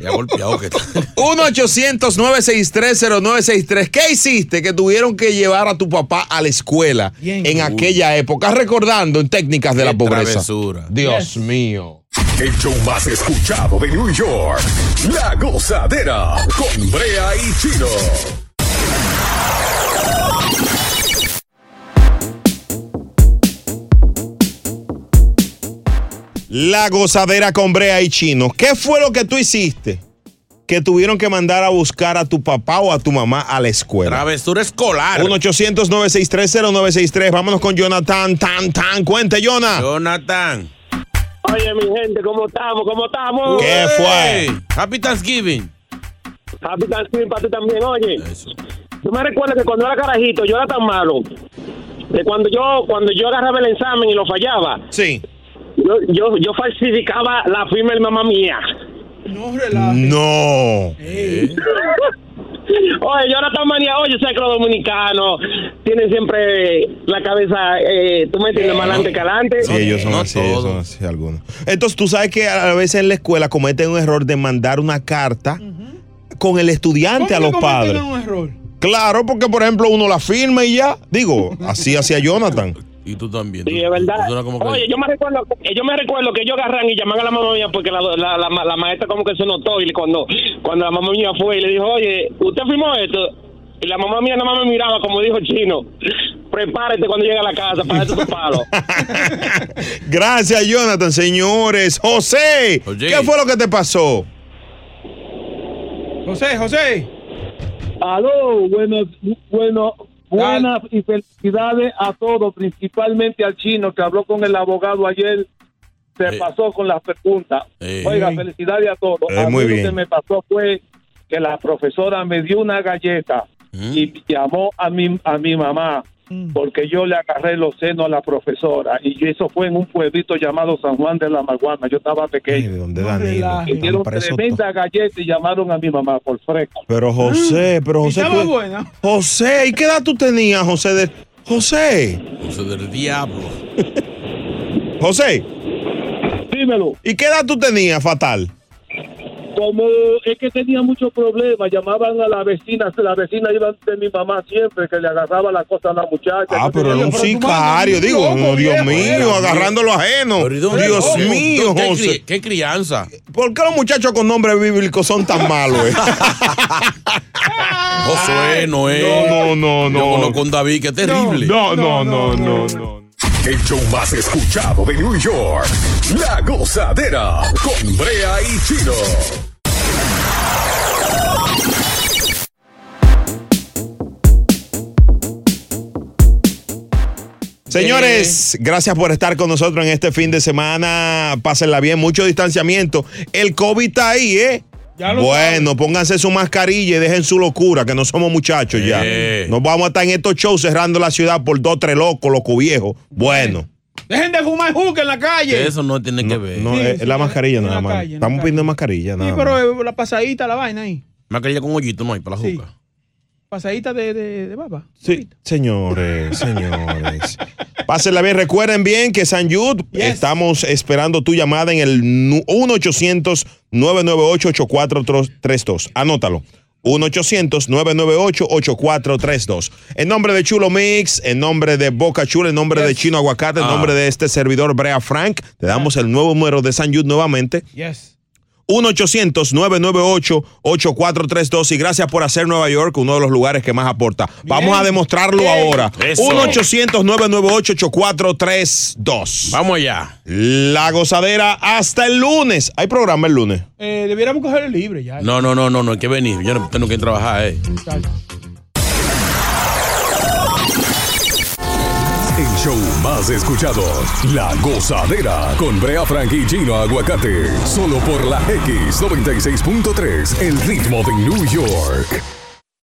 Ya golpeado que está. 1-800-963-0963. ¿Qué hiciste que tuvieron que llevar a tu papá a la escuela Bien. en Uy. aquella época? Recordando en técnicas de la pobreza. travesura. Dios mío. El show más escuchado de New York. La gozadera con Brea y Chino. La gozadera con Brea y Chino. ¿Qué fue lo que tú hiciste que tuvieron que mandar a buscar a tu papá o a tu mamá a la escuela? Travesura escolar. 1-800-963-0963. Vámonos con Jonathan. Tan, tan. Cuente, Jonathan. Jonathan. Oye, mi gente, ¿cómo estamos? ¿Cómo estamos? ¿Qué fue? Happy Thanksgiving. Happy Thanksgiving para ti también, oye. Tú me recuerdas que cuando era carajito, yo era tan malo. Que cuando yo, cuando yo agarraba el examen y lo fallaba. Sí. Yo, yo, yo falsificaba la firma de mamá mía. No. Oye, yo era tan manía. Oye, sé que los dominicanos tienen siempre la cabeza, eh, tú me entiendes, más adelante que adelante. Sí, ellos son así, ellos son así algunos. Entonces, tú sabes que a veces en la escuela cometen un error de mandar una carta con el estudiante a los padres. un error? Claro, porque por ejemplo uno la firma y ya. Digo, así hacía Jonathan. Y tú también. Sí, es verdad. Oye, yo me recuerdo, eh, yo me recuerdo que ellos agarran y llaman a la mamá mía porque la, la, la ma- la maestra como que se notó y le- cuando, cuando la mamá mía fue y le dijo, oye, ¿usted firmó esto? Y la mamá mía nada más me miraba como dijo Chino, prepárate cuando llegue a la casa para tu palo. Gracias, Jonathan, señores. José, ¿qué fue lo que te pasó? José, José. Aló, buenos, bueno, buenas y felicidades a todos, principalmente al chino que habló con el abogado ayer. Se Eh. pasó con las preguntas. Eh. Oiga, felicidades a todos. Eh, a mí muy lo bien. que me pasó fue que la profesora me dio una galleta Mm. y llamó a mi, a mi mamá porque yo le agarré los senos a la profesora y eso fue en un pueblito llamado San Juan de la Maguana. Yo estaba pequeño. Y dieron Hombre, eso tremenda galleta y llamaron a mi mamá por fresco. Mm. Pero José, pero José. estaba tú- buena. José, ¿y qué edad tú tenías, José? de- José. José del diablo. José. Dímelo. ¿Y qué edad tú tenías, fatal? como es que tenía muchos problemas, llamaban a la vecina, la vecina iba de mi mamá siempre, que le agarraba la cosa a la muchacha. Ah, pero era un sicario, digo, no, Dios mío, agarrando lo ajeno. Dios mío, ¿Qué, José. cri- qué crianza. ¿Por qué los muchachos con nombre bíblico son tan malos? eh? Josué, Noé. No, no, no. Yo conozco a un David que es terrible. No, no, no, no, El show más escuchado de New York. La gozadera con Brea y Chino. Señores, gracias por estar con nosotros en este fin de semana. Pásenla bien, mucho distanciamiento. El COVID está ahí, ¿eh? Ya lo Bueno, pónganse su mascarilla y dejen su locura, que no somos muchachos ya. Eh. Nos vamos a estar en estos shows cerrando la ciudad por dos, tres locos, loco viejo. Bueno. Dejen de fumar juca en la calle. Eso no tiene que ver. No, es la mascarilla nada más. calle, en la Estamos pidiendo mascarilla nada Sí, más. pero eh, la pasadita, la vaina ahí. Mascarilla con hoyito, no hay para la Sí. juca. Pasadita de, de, de baba. Sí, señores, señores. Pásenla bien. Recuerden bien que San Jude, estamos esperando tu llamada en el nu- 1-800-998-8432. Anótalo. 1-800-998-8432. En nombre de Chulo Mix, en nombre de Boca Chula, en nombre de Chino Aguacate, en Ah. nombre de este servidor Brea Frank, te damos el nuevo número de San Jude nuevamente. Yes. 1-800-998-8432 y gracias por hacer Nueva York uno de los lugares que más aporta. Vamos a demostrarlo Bien. ahora. Eso. 1-800-998-8432. Vamos allá. La gozadera hasta el lunes. ¿Hay programa el lunes? Eh, debiéramos coger el libre ya. No, no, no, no, no, hay que venir. Yo no tengo que trabajar, eh. El show más escuchado, La Gozadera, con Brea Frank y Gino Aguacate, solo por la X96.3, el ritmo de New York.